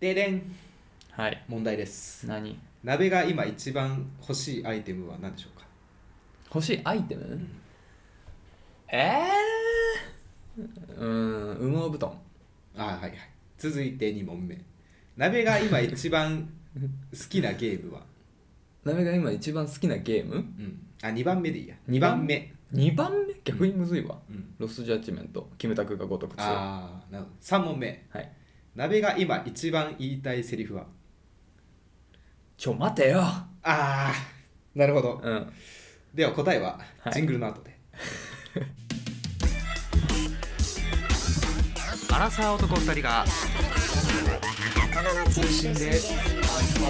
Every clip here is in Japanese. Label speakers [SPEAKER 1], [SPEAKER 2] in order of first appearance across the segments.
[SPEAKER 1] ででん
[SPEAKER 2] はい
[SPEAKER 1] 問題です
[SPEAKER 2] 何
[SPEAKER 1] 鍋が今一番欲しいアイテムは何でしょうか
[SPEAKER 2] 欲しいアイテム、ええー、うん羽毛布団
[SPEAKER 1] あはいはい続いて2問目鍋が今一番好きなゲームは、
[SPEAKER 2] 鍋が今一番好きなゲーム
[SPEAKER 1] うん、あ2番目でいいや2
[SPEAKER 2] 二
[SPEAKER 1] 番
[SPEAKER 2] 番
[SPEAKER 1] 目
[SPEAKER 2] 2番目逆にむずいわ、
[SPEAKER 1] うん、
[SPEAKER 2] ロストジャッジメントキムタクがごとく強いは
[SPEAKER 1] ああなるほど3問目
[SPEAKER 2] い
[SPEAKER 1] 鍋が今一番言いたいセリフは
[SPEAKER 2] ちょ待てよ
[SPEAKER 1] ああなるほど
[SPEAKER 2] うん
[SPEAKER 1] では答えは
[SPEAKER 2] はい
[SPEAKER 1] ジングルの後で、
[SPEAKER 3] アラサー男2人が中心で叫ぶ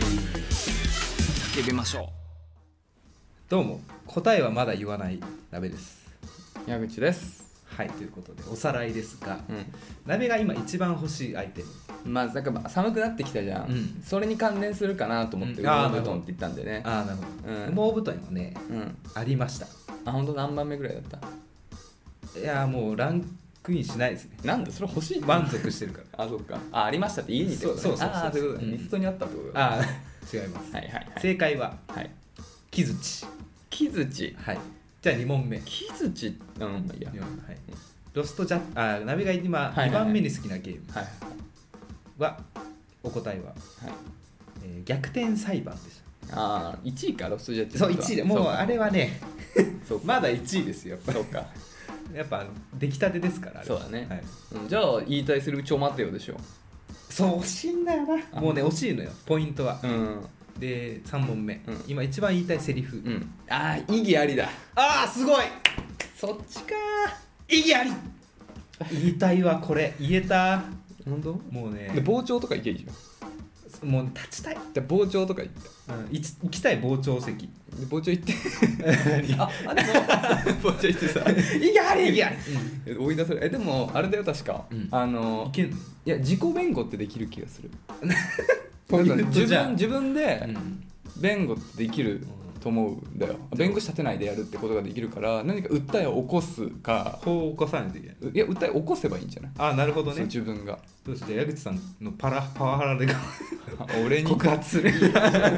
[SPEAKER 3] 叫びましょ
[SPEAKER 1] どうも答えはまだ言わない鍋です
[SPEAKER 2] 矢口です
[SPEAKER 1] はいということでおさらいですが
[SPEAKER 2] う
[SPEAKER 1] 鍋が今一番欲しいアイテム
[SPEAKER 2] んまあなんか寒くなってきたじゃん、
[SPEAKER 1] うん
[SPEAKER 2] それに関連するかなと思って
[SPEAKER 1] うんあー
[SPEAKER 2] 羽毛布団って言ったんでね
[SPEAKER 1] ああなる
[SPEAKER 2] うん
[SPEAKER 1] ほど羽毛布団はね
[SPEAKER 2] うん
[SPEAKER 1] ありました
[SPEAKER 2] あ本当何番目ぐらいだった
[SPEAKER 1] いやーもうランクインしないですね
[SPEAKER 2] なんだそれ欲しい
[SPEAKER 1] 満足してるから
[SPEAKER 2] あそっかあありましたって家にってことね
[SPEAKER 1] そうそうそうそう
[SPEAKER 2] ああそういうことね
[SPEAKER 1] うん
[SPEAKER 2] リストにあったってこと だ
[SPEAKER 1] ああ違います、
[SPEAKER 2] はいはいはい
[SPEAKER 1] 正解は
[SPEAKER 2] はい
[SPEAKER 1] 木槌
[SPEAKER 2] 木槌
[SPEAKER 1] はいじゃあ2問目
[SPEAKER 2] 木槌うんまあいいや
[SPEAKER 1] はい、ロストジャあナビが今
[SPEAKER 2] いはいはい
[SPEAKER 1] 2番目に好きなゲーム
[SPEAKER 2] はい
[SPEAKER 1] はお答えは、
[SPEAKER 2] はい
[SPEAKER 1] えー逆転裁判でし
[SPEAKER 2] ああ1位かロストジャッジ
[SPEAKER 1] たそう1位でもうあれはね
[SPEAKER 2] そうか
[SPEAKER 1] まだ1位ですよやっぱ
[SPEAKER 2] そうか
[SPEAKER 1] やっぱ出来たてですからあれは
[SPEAKER 2] そうだね
[SPEAKER 1] はい、
[SPEAKER 2] うんじゃあ言いたいするうちょ待てよでしょ
[SPEAKER 1] そう惜しいんだよな
[SPEAKER 2] あ
[SPEAKER 1] もうね惜しいのよポイントは
[SPEAKER 2] うん
[SPEAKER 1] で3問目、
[SPEAKER 2] うん
[SPEAKER 1] 今一番言いたいセリフ、
[SPEAKER 2] うんああ意義ありだ
[SPEAKER 1] ああすごい
[SPEAKER 2] そっちか
[SPEAKER 1] 意義あり言いたいはこれ言えた
[SPEAKER 2] 本当
[SPEAKER 1] もうね
[SPEAKER 2] で傍聴とか行けばいいじゃん
[SPEAKER 1] もう立ちたい、
[SPEAKER 2] で傍聴とか行って
[SPEAKER 1] うん、いち行きたい傍聴席
[SPEAKER 2] で傍聴行って
[SPEAKER 1] 何
[SPEAKER 2] ああでも 傍聴行 ってさ
[SPEAKER 1] 意義あり意義あり、
[SPEAKER 2] 追い出されえでもあれだよ確か、
[SPEAKER 1] うん
[SPEAKER 2] あ
[SPEAKER 1] うん、い
[SPEAKER 2] の
[SPEAKER 1] けんの
[SPEAKER 2] いや自己弁護ってできる気が する
[SPEAKER 1] ポイント
[SPEAKER 2] だから
[SPEAKER 1] じ
[SPEAKER 2] 自
[SPEAKER 1] ゃん
[SPEAKER 2] 分自分で
[SPEAKER 1] ん、
[SPEAKER 2] 弁護ってできると思うんだよ、弁護士立てないでやるってことができるから何か訴えを起こすか
[SPEAKER 1] 法を起こさないといけないう
[SPEAKER 2] いや訴え起こせばいいんじゃない
[SPEAKER 1] あなるほど
[SPEAKER 2] そう
[SPEAKER 1] ね
[SPEAKER 2] 自分が
[SPEAKER 1] どうして矢口さんのパラパワハラで
[SPEAKER 2] 俺に
[SPEAKER 1] 告発する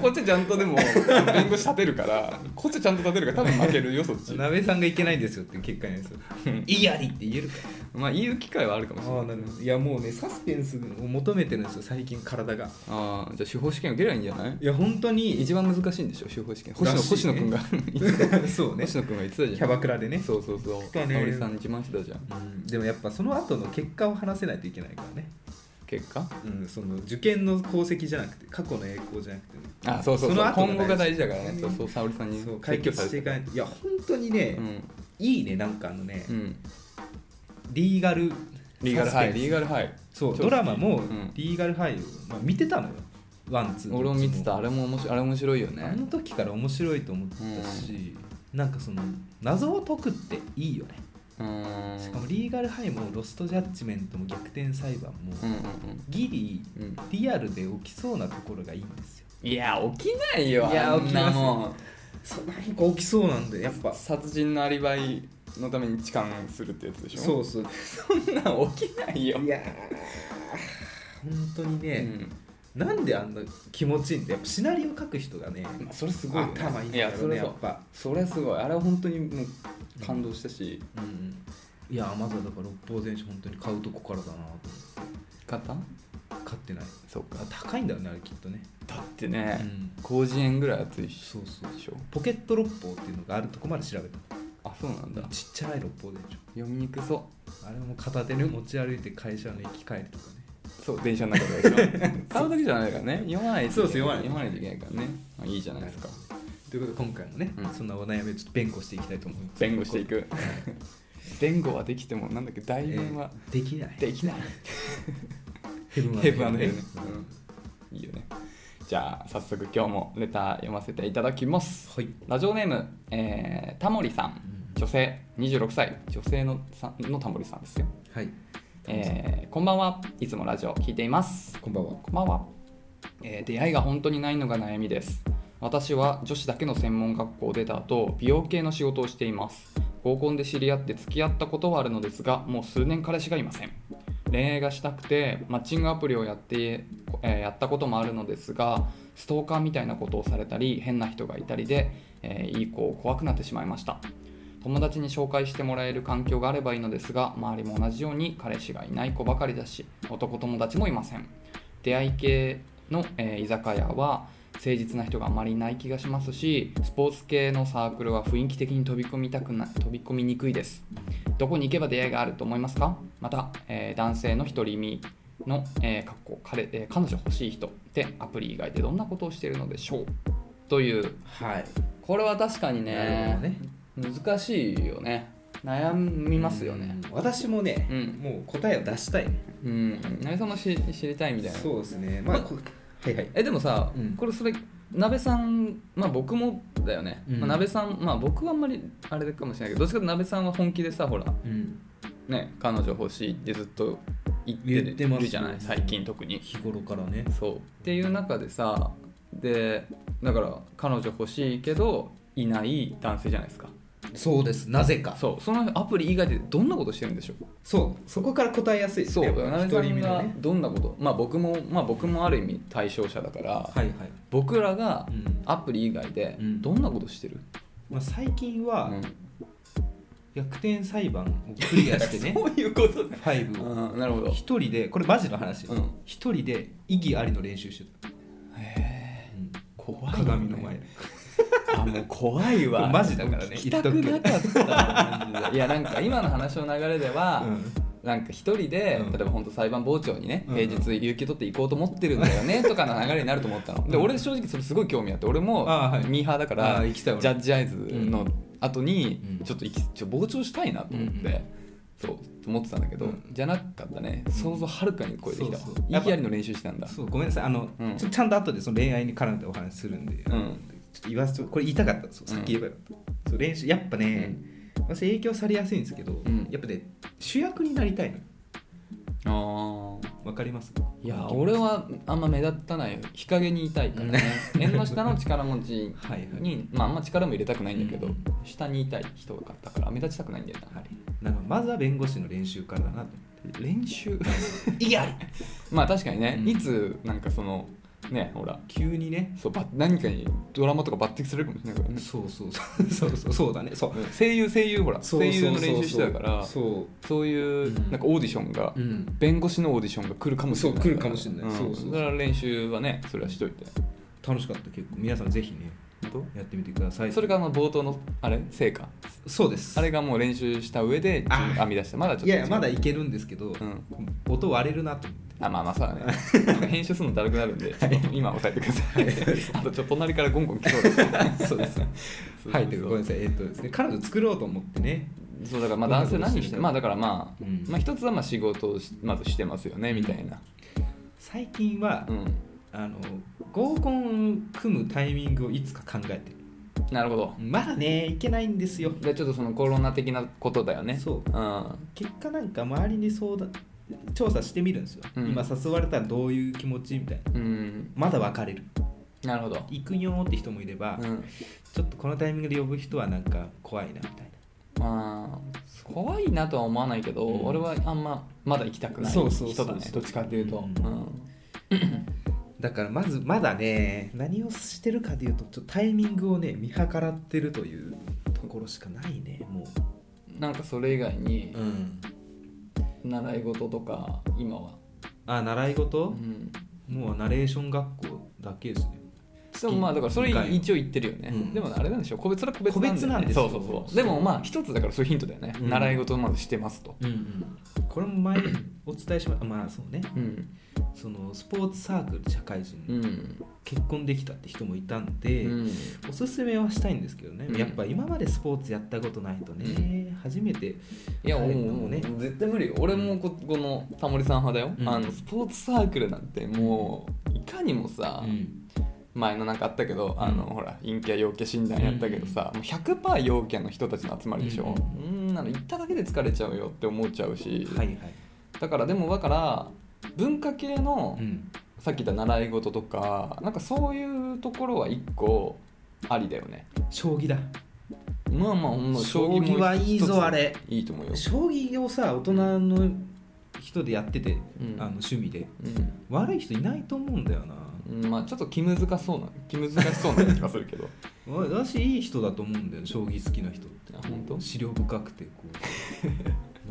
[SPEAKER 2] こっちちゃんとでも弁護士立てるからこっちちゃんと立てるから多分負けるよそっち
[SPEAKER 1] 鍋さんがいけないんですよって結果になりそう意義ありって言えるか
[SPEAKER 2] まあ言う機会はあるかもしれない
[SPEAKER 1] るほどいやもうねサスペンスを求めてるんですよ最近体が
[SPEAKER 2] ああじゃあ司法試験受ければいいんじゃない
[SPEAKER 1] いや本当に
[SPEAKER 2] 一番難しいんでしょ司法試験星
[SPEAKER 1] ら
[SPEAKER 2] 野,、
[SPEAKER 1] しいね
[SPEAKER 2] 星野くんが
[SPEAKER 1] そうね
[SPEAKER 2] 星野くんが言ってたじゃん
[SPEAKER 1] キャバクラでね
[SPEAKER 2] そうそうそう
[SPEAKER 1] たね
[SPEAKER 2] 沙織さんに自慢してたじゃん
[SPEAKER 1] うんでもやっぱその後の結果を話せないといけないからね、
[SPEAKER 2] 結果
[SPEAKER 1] うん、その受験の功績じゃなくて過去の栄光じゃなくてね
[SPEAKER 2] あそうそう
[SPEAKER 1] そ
[SPEAKER 2] そ
[SPEAKER 1] の
[SPEAKER 2] う
[SPEAKER 1] 後が
[SPEAKER 2] 今後が大事だからね
[SPEAKER 1] 大事
[SPEAKER 2] そうそう沙織さんに
[SPEAKER 1] そう解決していかないといや本当にね、
[SPEAKER 2] うん
[SPEAKER 1] いいねなんかあのね、
[SPEAKER 2] うん
[SPEAKER 1] リーガル
[SPEAKER 2] リーガルハイリー
[SPEAKER 1] ガル
[SPEAKER 2] ガルハイ
[SPEAKER 1] そうド
[SPEAKER 2] 超好き
[SPEAKER 1] ラマも
[SPEAKER 2] うん
[SPEAKER 1] リーガルハイを、まあ、見てたのよワンツー
[SPEAKER 2] 俺も見てたあれも面白いあれ面白いよ
[SPEAKER 1] あ
[SPEAKER 2] ね
[SPEAKER 1] の時から面白いと思ったし、なんかその謎を解くっていいよね
[SPEAKER 2] うーん
[SPEAKER 1] しかもリーガルハイもロストジャッジメントも逆転裁判も、
[SPEAKER 2] うんうん
[SPEAKER 1] ギリ
[SPEAKER 2] うんうん
[SPEAKER 1] リアルで起きそうなところがいいんですよ
[SPEAKER 2] いや起きないよ
[SPEAKER 1] いや
[SPEAKER 2] あんなもん
[SPEAKER 1] そうなんか起きそうなんでやっぱ
[SPEAKER 2] 殺人のアリバイのために痴漢するってやつでしょ
[SPEAKER 1] そうそう
[SPEAKER 2] そんなん起きないよ
[SPEAKER 1] いやー本当にね、なんであんな気持ちいいんだやっぱシナリオ書く人がね
[SPEAKER 2] うん、それすごいよね
[SPEAKER 1] 頭いいんだ
[SPEAKER 2] いや
[SPEAKER 1] よ
[SPEAKER 2] そ
[SPEAKER 1] ね
[SPEAKER 2] れ
[SPEAKER 1] やっ
[SPEAKER 2] そ
[SPEAKER 1] ぱ、
[SPEAKER 2] それはすごいあれは本当にもう感動したし、
[SPEAKER 1] うんいやまずはだから六方全書本当に買うとこからだなと思って
[SPEAKER 2] 買った
[SPEAKER 1] 買ってない
[SPEAKER 2] そうか
[SPEAKER 1] あ高いんだよねあれきっとね、
[SPEAKER 2] だってね、
[SPEAKER 1] ん、
[SPEAKER 2] 広辞苑ぐらい熱いし
[SPEAKER 1] そうそう
[SPEAKER 2] でしょ
[SPEAKER 1] ポケット六方っていうのがあるとこまで調べた
[SPEAKER 2] あそうなんだ
[SPEAKER 1] ちっちゃい六方全書
[SPEAKER 2] 読みにくそ
[SPEAKER 1] あれも片手で持ち歩いて会社の行き帰りとかね
[SPEAKER 2] うそう電車の中ででしょ 買うだけじゃないからね読まないと
[SPEAKER 1] そうそう読まない
[SPEAKER 2] 読まないといけないからね、まあ、いいじゃないですか
[SPEAKER 1] ということで今回もね、
[SPEAKER 2] うん
[SPEAKER 1] そんなお悩みをちょっと弁護していきたいと思います
[SPEAKER 2] 弁護していく弁護はできてもなんだっけ代
[SPEAKER 1] え
[SPEAKER 2] 弁
[SPEAKER 1] ー
[SPEAKER 2] は
[SPEAKER 1] できない
[SPEAKER 2] できない
[SPEAKER 1] ヘブン
[SPEAKER 2] ヘブンヘブンね
[SPEAKER 1] うん
[SPEAKER 2] いいよねじゃあ早速今日もレター読ませていただきます
[SPEAKER 1] はい
[SPEAKER 2] ラジオネーム、えータモリさん女性26歳女性のさのタモリさんですよ、
[SPEAKER 1] はい
[SPEAKER 2] えーこんばんはいつもラジオ聞いています
[SPEAKER 1] こんばんは
[SPEAKER 2] こんばんは、えー出会いが本当にないのが悩みです私は女子だけの専門学校を出た後美容系の仕事をしています合コンで知り合って付き合ったことはあるのですがもう数年彼氏がいません恋愛がしたくてマッチングアプリをやって、えーやったこともあるのですがストーカーみたいなことをされたり変な人がいたりで、えーいい子怖くなってしまいました友達に紹介してもらえる環境があればいいのですが周りも同じように彼氏がいない子ばかりだし男友達もいません出会い系の、えー居酒屋は誠実な人があまりいない気がしますしスポーツ系のサークルは雰囲気的に飛び込みたくな飛び込みにくいですどこに行けば出会いがあると思いますかまた、えー男性の独り身の、えーかっこ彼えー彼女欲しい人ってアプリ以外でどんなことをしているのでしょうという
[SPEAKER 1] はい
[SPEAKER 2] これは確かに
[SPEAKER 1] なるほどね
[SPEAKER 2] 難しいよね悩みますよね
[SPEAKER 1] うん私もね、
[SPEAKER 2] うん
[SPEAKER 1] もう答えを出したいね
[SPEAKER 2] うんなさんもし知りたいみたいな
[SPEAKER 1] そうですねまあこはいはい
[SPEAKER 2] えでもさ、
[SPEAKER 1] うん
[SPEAKER 2] これそれ鍋さんまあ僕もだよね、
[SPEAKER 1] うん
[SPEAKER 2] まあ、鍋さんまあ僕はあんまりあれかもしれないけどどっちかというと鍋さんは本気でさほら
[SPEAKER 1] うん
[SPEAKER 2] ね彼女欲しいってずっと言って
[SPEAKER 1] 言ってます
[SPEAKER 2] るじゃない最近特に
[SPEAKER 1] 日頃からね
[SPEAKER 2] そうっていう中でさでだから彼女欲しいけどいない男性じゃないですか
[SPEAKER 1] そうですなぜか
[SPEAKER 2] そうそのアプリ以外でどんなことしてるんでしょう
[SPEAKER 1] そうそこから答えやすいです
[SPEAKER 2] そう
[SPEAKER 1] ね
[SPEAKER 2] だから
[SPEAKER 1] やっ
[SPEAKER 2] 鍋
[SPEAKER 1] ぱ
[SPEAKER 2] さ
[SPEAKER 1] 一人
[SPEAKER 2] ん
[SPEAKER 1] 目の
[SPEAKER 2] が
[SPEAKER 1] ね
[SPEAKER 2] どんなことまあ僕もまあ僕もある意味対象者だから、
[SPEAKER 1] はいはい、
[SPEAKER 2] 僕らが
[SPEAKER 1] うん
[SPEAKER 2] アプリ以外で
[SPEAKER 1] うん
[SPEAKER 2] どんなことしてる、
[SPEAKER 1] まあ、最近は、
[SPEAKER 2] うん
[SPEAKER 1] 逆転裁判をクリアしてね
[SPEAKER 2] そういうことね
[SPEAKER 1] 5を
[SPEAKER 2] うんなるほど
[SPEAKER 1] 一人でこれマジの話
[SPEAKER 2] うん
[SPEAKER 1] 一人で意義ありの練習してた、うん
[SPEAKER 2] 怖い、ね、
[SPEAKER 1] 鏡の前で
[SPEAKER 2] あもう怖いわ
[SPEAKER 1] これ マジだからね
[SPEAKER 2] 聞きたくなかったいやなんか今の話の流れでは、なんか一人で、
[SPEAKER 1] うん
[SPEAKER 2] 例えば本当裁判傍聴にね、
[SPEAKER 1] うん
[SPEAKER 2] 平日有給取って行こうと思ってるんだよねとかの流れになると思ったの、で
[SPEAKER 1] うん
[SPEAKER 2] 俺正直それすごい興味あって俺も
[SPEAKER 1] あーはい
[SPEAKER 2] ミーハーだか
[SPEAKER 1] あ
[SPEAKER 2] ら
[SPEAKER 1] ー
[SPEAKER 2] ジ
[SPEAKER 1] 行きたい
[SPEAKER 2] ャ
[SPEAKER 1] 俺
[SPEAKER 2] ッジアイズの後に
[SPEAKER 1] うん
[SPEAKER 2] ちょっと行きちょっと傍聴したいなと思って。
[SPEAKER 1] うんうん
[SPEAKER 2] そう思ってたんだけど、
[SPEAKER 1] うん
[SPEAKER 2] じゃなかったね想像はるかに超えてきたわ
[SPEAKER 1] そうそう
[SPEAKER 2] 意義ありの練習してたんだ
[SPEAKER 1] そうごめんなさいあの、
[SPEAKER 2] うん
[SPEAKER 1] ちょちゃんと後でその恋愛に絡んでお話しするんで、
[SPEAKER 2] う
[SPEAKER 1] ちょっ
[SPEAKER 2] ん
[SPEAKER 1] と言わすとこれ言いたかったそうさっき言えばよかった、そう練習やっぱね、私影響されやすいんですけど、
[SPEAKER 2] ん
[SPEAKER 1] やっぱね主役になりたいの
[SPEAKER 2] ああ
[SPEAKER 1] わかります
[SPEAKER 2] いや俺はあんま目立たないよ日陰にいたいから ね縁の下の力持ち
[SPEAKER 1] はいはい
[SPEAKER 2] に、まあ、あんま力も入れたくないんだけど、
[SPEAKER 1] うん
[SPEAKER 2] 下にいたい人がったから目立ちたくないんだよな、
[SPEAKER 1] はいなんかまずは弁護士の練習からだなと
[SPEAKER 2] 練習
[SPEAKER 1] 意義あり
[SPEAKER 2] まあ確かにね、
[SPEAKER 1] うん
[SPEAKER 2] いつなんかそのねほら
[SPEAKER 1] 急にね
[SPEAKER 2] そうば何かにドラマとか抜擢されるかもしれないからね、
[SPEAKER 1] そうそうそうそうそうそうだねそう
[SPEAKER 2] 声優声優ほら
[SPEAKER 1] そう
[SPEAKER 2] 声優の練習してたからそう
[SPEAKER 1] そ
[SPEAKER 2] いう、
[SPEAKER 1] うん
[SPEAKER 2] なんかオーディションが、
[SPEAKER 1] ううん
[SPEAKER 2] 弁護士のオーディションが来るかもしれない
[SPEAKER 1] そう来るかもしれない
[SPEAKER 2] ん
[SPEAKER 1] そうそうそう
[SPEAKER 2] だから練習はねそれはしといて
[SPEAKER 1] 楽しかった結構皆さんぜひねやってみてください
[SPEAKER 2] それがあの冒頭のあれ成果
[SPEAKER 1] そうです
[SPEAKER 2] あれがもう練習した上で
[SPEAKER 1] あ
[SPEAKER 2] 編み出したまだちょっと
[SPEAKER 1] いやいやまだ
[SPEAKER 2] 違う
[SPEAKER 1] いけるんですけど、
[SPEAKER 2] うん
[SPEAKER 1] 音割れるなと思って
[SPEAKER 2] あまあまあそうだね編集するのだるくなるんでちょっと今押さえてくださいあとちょっと隣からゴンゴン来そうです
[SPEAKER 1] そうです
[SPEAKER 2] そう
[SPEAKER 1] はいという
[SPEAKER 2] そ
[SPEAKER 1] ご
[SPEAKER 2] う
[SPEAKER 1] めんなさいえっとですね彼女作ろうと思ってね
[SPEAKER 2] そうだからまあ男性何してまあだからまあ、
[SPEAKER 1] うん
[SPEAKER 2] まあ一つはまあ仕事をしまずしてますよねみたいな
[SPEAKER 1] 最近は、
[SPEAKER 2] うん
[SPEAKER 1] あの合コン組むタイミングをいつか考えてる
[SPEAKER 2] なるほど
[SPEAKER 1] まだねいけないんですよ
[SPEAKER 2] でちょっとそのコロナ的なことだよね
[SPEAKER 1] そう
[SPEAKER 2] うんは
[SPEAKER 1] 結果なんか周りに相談調査してみるんですよ、
[SPEAKER 2] うん
[SPEAKER 1] 今誘われたらどういう気持ちみたいな
[SPEAKER 2] うん
[SPEAKER 1] まだ別れる
[SPEAKER 2] なるほど
[SPEAKER 1] 行くよーって人もいれば、
[SPEAKER 2] うん
[SPEAKER 1] ちょっとこのタイミングで呼ぶ人はなんか怖いなみたい
[SPEAKER 2] まあ怖いなとは思わないけど、
[SPEAKER 1] うん
[SPEAKER 2] 俺はあんままだ行きたくない人
[SPEAKER 1] そ
[SPEAKER 2] だね
[SPEAKER 1] うそうそう
[SPEAKER 2] どっちかっていうと、
[SPEAKER 1] うん
[SPEAKER 2] うん
[SPEAKER 1] なだからまずまだね何をしてるかでいうとちょっとタイミングをね見計らってるというところしかないねも
[SPEAKER 2] なんかそれ以外に
[SPEAKER 1] う、ん、
[SPEAKER 2] 習い事とか今は、
[SPEAKER 1] あ習い事、
[SPEAKER 2] うん、
[SPEAKER 1] もうナレーション学校だけですね
[SPEAKER 2] でもまあだからそれ
[SPEAKER 1] 向かい
[SPEAKER 2] 一応言ってるよね、
[SPEAKER 1] うん
[SPEAKER 2] でもあれなんでしょう個別は個別なんだよ、ね、
[SPEAKER 1] 個別なんです
[SPEAKER 2] そ
[SPEAKER 1] よ
[SPEAKER 2] うそうそう
[SPEAKER 1] そう
[SPEAKER 2] でもまあ一つだからそういうヒントだよね、
[SPEAKER 1] うん
[SPEAKER 2] 習い事をまずしてますと、
[SPEAKER 1] うんうんこれも前にお伝えしましたまあそうね
[SPEAKER 2] うん
[SPEAKER 1] そのスポーツサークル社会人、
[SPEAKER 2] うん
[SPEAKER 1] 結婚できたって人もいたんで、
[SPEAKER 2] うん
[SPEAKER 1] おすすめはしたいんですけどね、
[SPEAKER 2] うん
[SPEAKER 1] やっぱ今までスポーツやったことないとね、初めて
[SPEAKER 2] いやもう
[SPEAKER 1] 入るのもね
[SPEAKER 2] もう絶対無理よ俺もここのタモリさん派だよ、
[SPEAKER 1] うん
[SPEAKER 2] あのスポーツサークルなんてもういかにもさ、前のなんかあったけど、あの
[SPEAKER 1] うん
[SPEAKER 2] ほら陰キャ陽キャ診断やったけどさ、もう100%陽キャの人たちの集まりでしょ、
[SPEAKER 1] う
[SPEAKER 2] うんなの行っただけで疲れちゃうよって思っちゃうし、
[SPEAKER 1] はいはい、
[SPEAKER 2] だからでもだから文化系の、
[SPEAKER 1] うん
[SPEAKER 2] さっき言った習い事とかなんかそういうところは一個ありだよね
[SPEAKER 1] 将棋だ
[SPEAKER 2] まあまあほんの
[SPEAKER 1] 将棋はいいぞ
[SPEAKER 2] 一つ
[SPEAKER 1] あれ
[SPEAKER 2] いいと思うよ
[SPEAKER 1] 将棋をさ大人の人でやってて、
[SPEAKER 2] うん
[SPEAKER 1] あの趣味で
[SPEAKER 2] うん
[SPEAKER 1] 悪い人いないと思うんだよな、
[SPEAKER 2] うんまあちょっと気難しそうな気難しそうな気がするけど
[SPEAKER 1] わ私いい人だと思うんだよ将棋好きな人って
[SPEAKER 2] あ本当
[SPEAKER 1] 資料深くてこ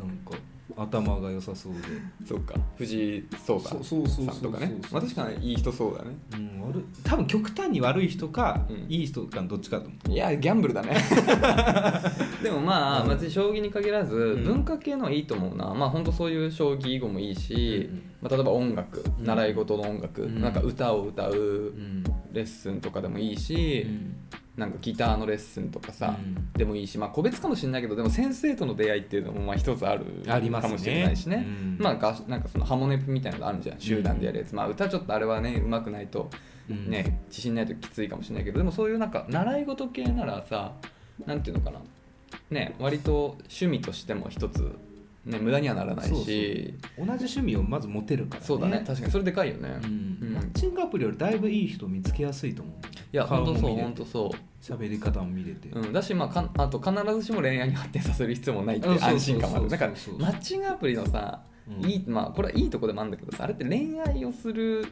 [SPEAKER 1] うなんか頭が良さそうで、
[SPEAKER 2] そうか藤井聡
[SPEAKER 1] そう
[SPEAKER 2] 太
[SPEAKER 1] そうそう
[SPEAKER 2] さん
[SPEAKER 1] そ
[SPEAKER 2] と
[SPEAKER 1] う
[SPEAKER 2] かねまあ確かにいい人そうだね
[SPEAKER 1] うん、悪い多分極端に悪い人か、
[SPEAKER 2] うん
[SPEAKER 1] いい人かどっちかと思う
[SPEAKER 2] いやギャンブルだねでもまあ
[SPEAKER 1] うん
[SPEAKER 2] 別に将棋に限らず
[SPEAKER 1] ん
[SPEAKER 2] 文化系のはいいと思うなまあ本当そういう将棋囲碁もいいし
[SPEAKER 1] うんうん
[SPEAKER 2] まあ例えば音楽
[SPEAKER 1] ん
[SPEAKER 2] 習い事の音楽
[SPEAKER 1] うん
[SPEAKER 2] なんか歌を歌う
[SPEAKER 1] うん
[SPEAKER 2] レッスンとかでもいいしなんかギターのレッスンとかさ
[SPEAKER 1] うん
[SPEAKER 2] でもいいしまあ個別かもしれないけどでも先生との出会いっていうのもまあ一つある
[SPEAKER 1] あります
[SPEAKER 2] か
[SPEAKER 1] ね
[SPEAKER 2] もしれないしね
[SPEAKER 1] うん
[SPEAKER 2] まあがなんかそのハモネプみたいなのあるじゃん集団でやるやつまあ歌ちょっとあれはねうまくないと
[SPEAKER 1] うん
[SPEAKER 2] ね、自信ないときついかもしれないけどでもそういうなんか習い事系ならさなんていうのかなね割と趣味としても一つ、ね、無駄にはならないし
[SPEAKER 1] 同じ趣味をまず持てるから、ね、
[SPEAKER 2] そうだね確かにそれでかいよね、
[SPEAKER 1] う
[SPEAKER 2] い
[SPEAKER 1] ん
[SPEAKER 2] うん
[SPEAKER 1] マッチングアプリよりだいぶいい人見つけやすいと思う
[SPEAKER 2] や
[SPEAKER 1] 顔
[SPEAKER 2] 本
[SPEAKER 1] も
[SPEAKER 2] 当そう
[SPEAKER 1] 見れて
[SPEAKER 2] 本当そ
[SPEAKER 1] 喋り方も見れて、
[SPEAKER 2] う、うん、だし、まあ、かんあと必ずしも恋愛に発展させる必要もないって
[SPEAKER 1] うん
[SPEAKER 2] いう
[SPEAKER 1] そうそう
[SPEAKER 2] 安心感もある
[SPEAKER 1] そ
[SPEAKER 2] な
[SPEAKER 1] うんそう
[SPEAKER 2] か
[SPEAKER 1] そう
[SPEAKER 2] マッチングアプリのさ、
[SPEAKER 1] うん
[SPEAKER 2] いいまあ、これはいいとこでもあるんだけどさあれって恋愛をするっ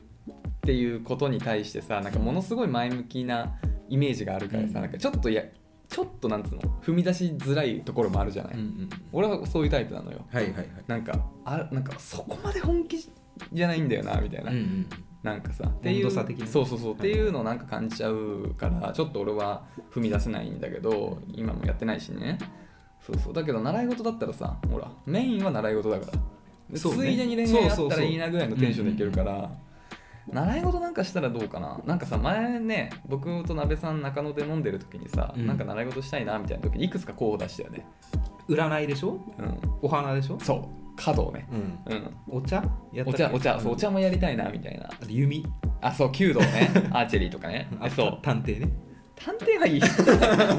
[SPEAKER 2] ていうことに対してさなんかものすごい前向きなイメージがあるからさ、
[SPEAKER 1] うん
[SPEAKER 2] なんかちょっといやちょっとなんつうの踏み出しづらいところもあるじゃない、
[SPEAKER 1] うんうん
[SPEAKER 2] 俺はそういうタイプなのよ
[SPEAKER 1] はいはいはい
[SPEAKER 2] なんかあなんかそこまで本気じゃないんだよなみたいな、
[SPEAKER 1] うんうん
[SPEAKER 2] なんかさってい
[SPEAKER 1] 温
[SPEAKER 2] う
[SPEAKER 1] 度差的な
[SPEAKER 2] そうそうそう、
[SPEAKER 1] はい
[SPEAKER 2] っていうのをなんか感じちゃうからちょっと俺は踏み出せないんだけど今もやってないしねそうそうだけど習い事だったらさほらメインは習い事だから、で
[SPEAKER 1] そうね
[SPEAKER 2] ついでに恋愛あ
[SPEAKER 1] そ
[SPEAKER 2] っ
[SPEAKER 1] うそ
[SPEAKER 2] た
[SPEAKER 1] う
[SPEAKER 2] ら
[SPEAKER 1] そう
[SPEAKER 2] いいなぐらいのテンションでいけるから、習い事なんかしたらどうかななんかさ前ね僕と鍋さん中野で飲んでる時にさ、
[SPEAKER 1] うん
[SPEAKER 2] なんか習い事したいなみたいな時にいくつか候補出したよね
[SPEAKER 1] 占いでしょ
[SPEAKER 2] うん
[SPEAKER 1] お花でしょ
[SPEAKER 2] そう角をね
[SPEAKER 1] うん
[SPEAKER 2] うん
[SPEAKER 1] お茶やった
[SPEAKER 2] お
[SPEAKER 1] っけ
[SPEAKER 2] 茶お茶そうお
[SPEAKER 1] う
[SPEAKER 2] 茶もやりたいなみたいなん
[SPEAKER 1] あと弓
[SPEAKER 2] あそう弓道 ねアーチェリーとかね
[SPEAKER 1] あ
[SPEAKER 2] えそう
[SPEAKER 1] 探偵ね
[SPEAKER 2] 探偵 はいい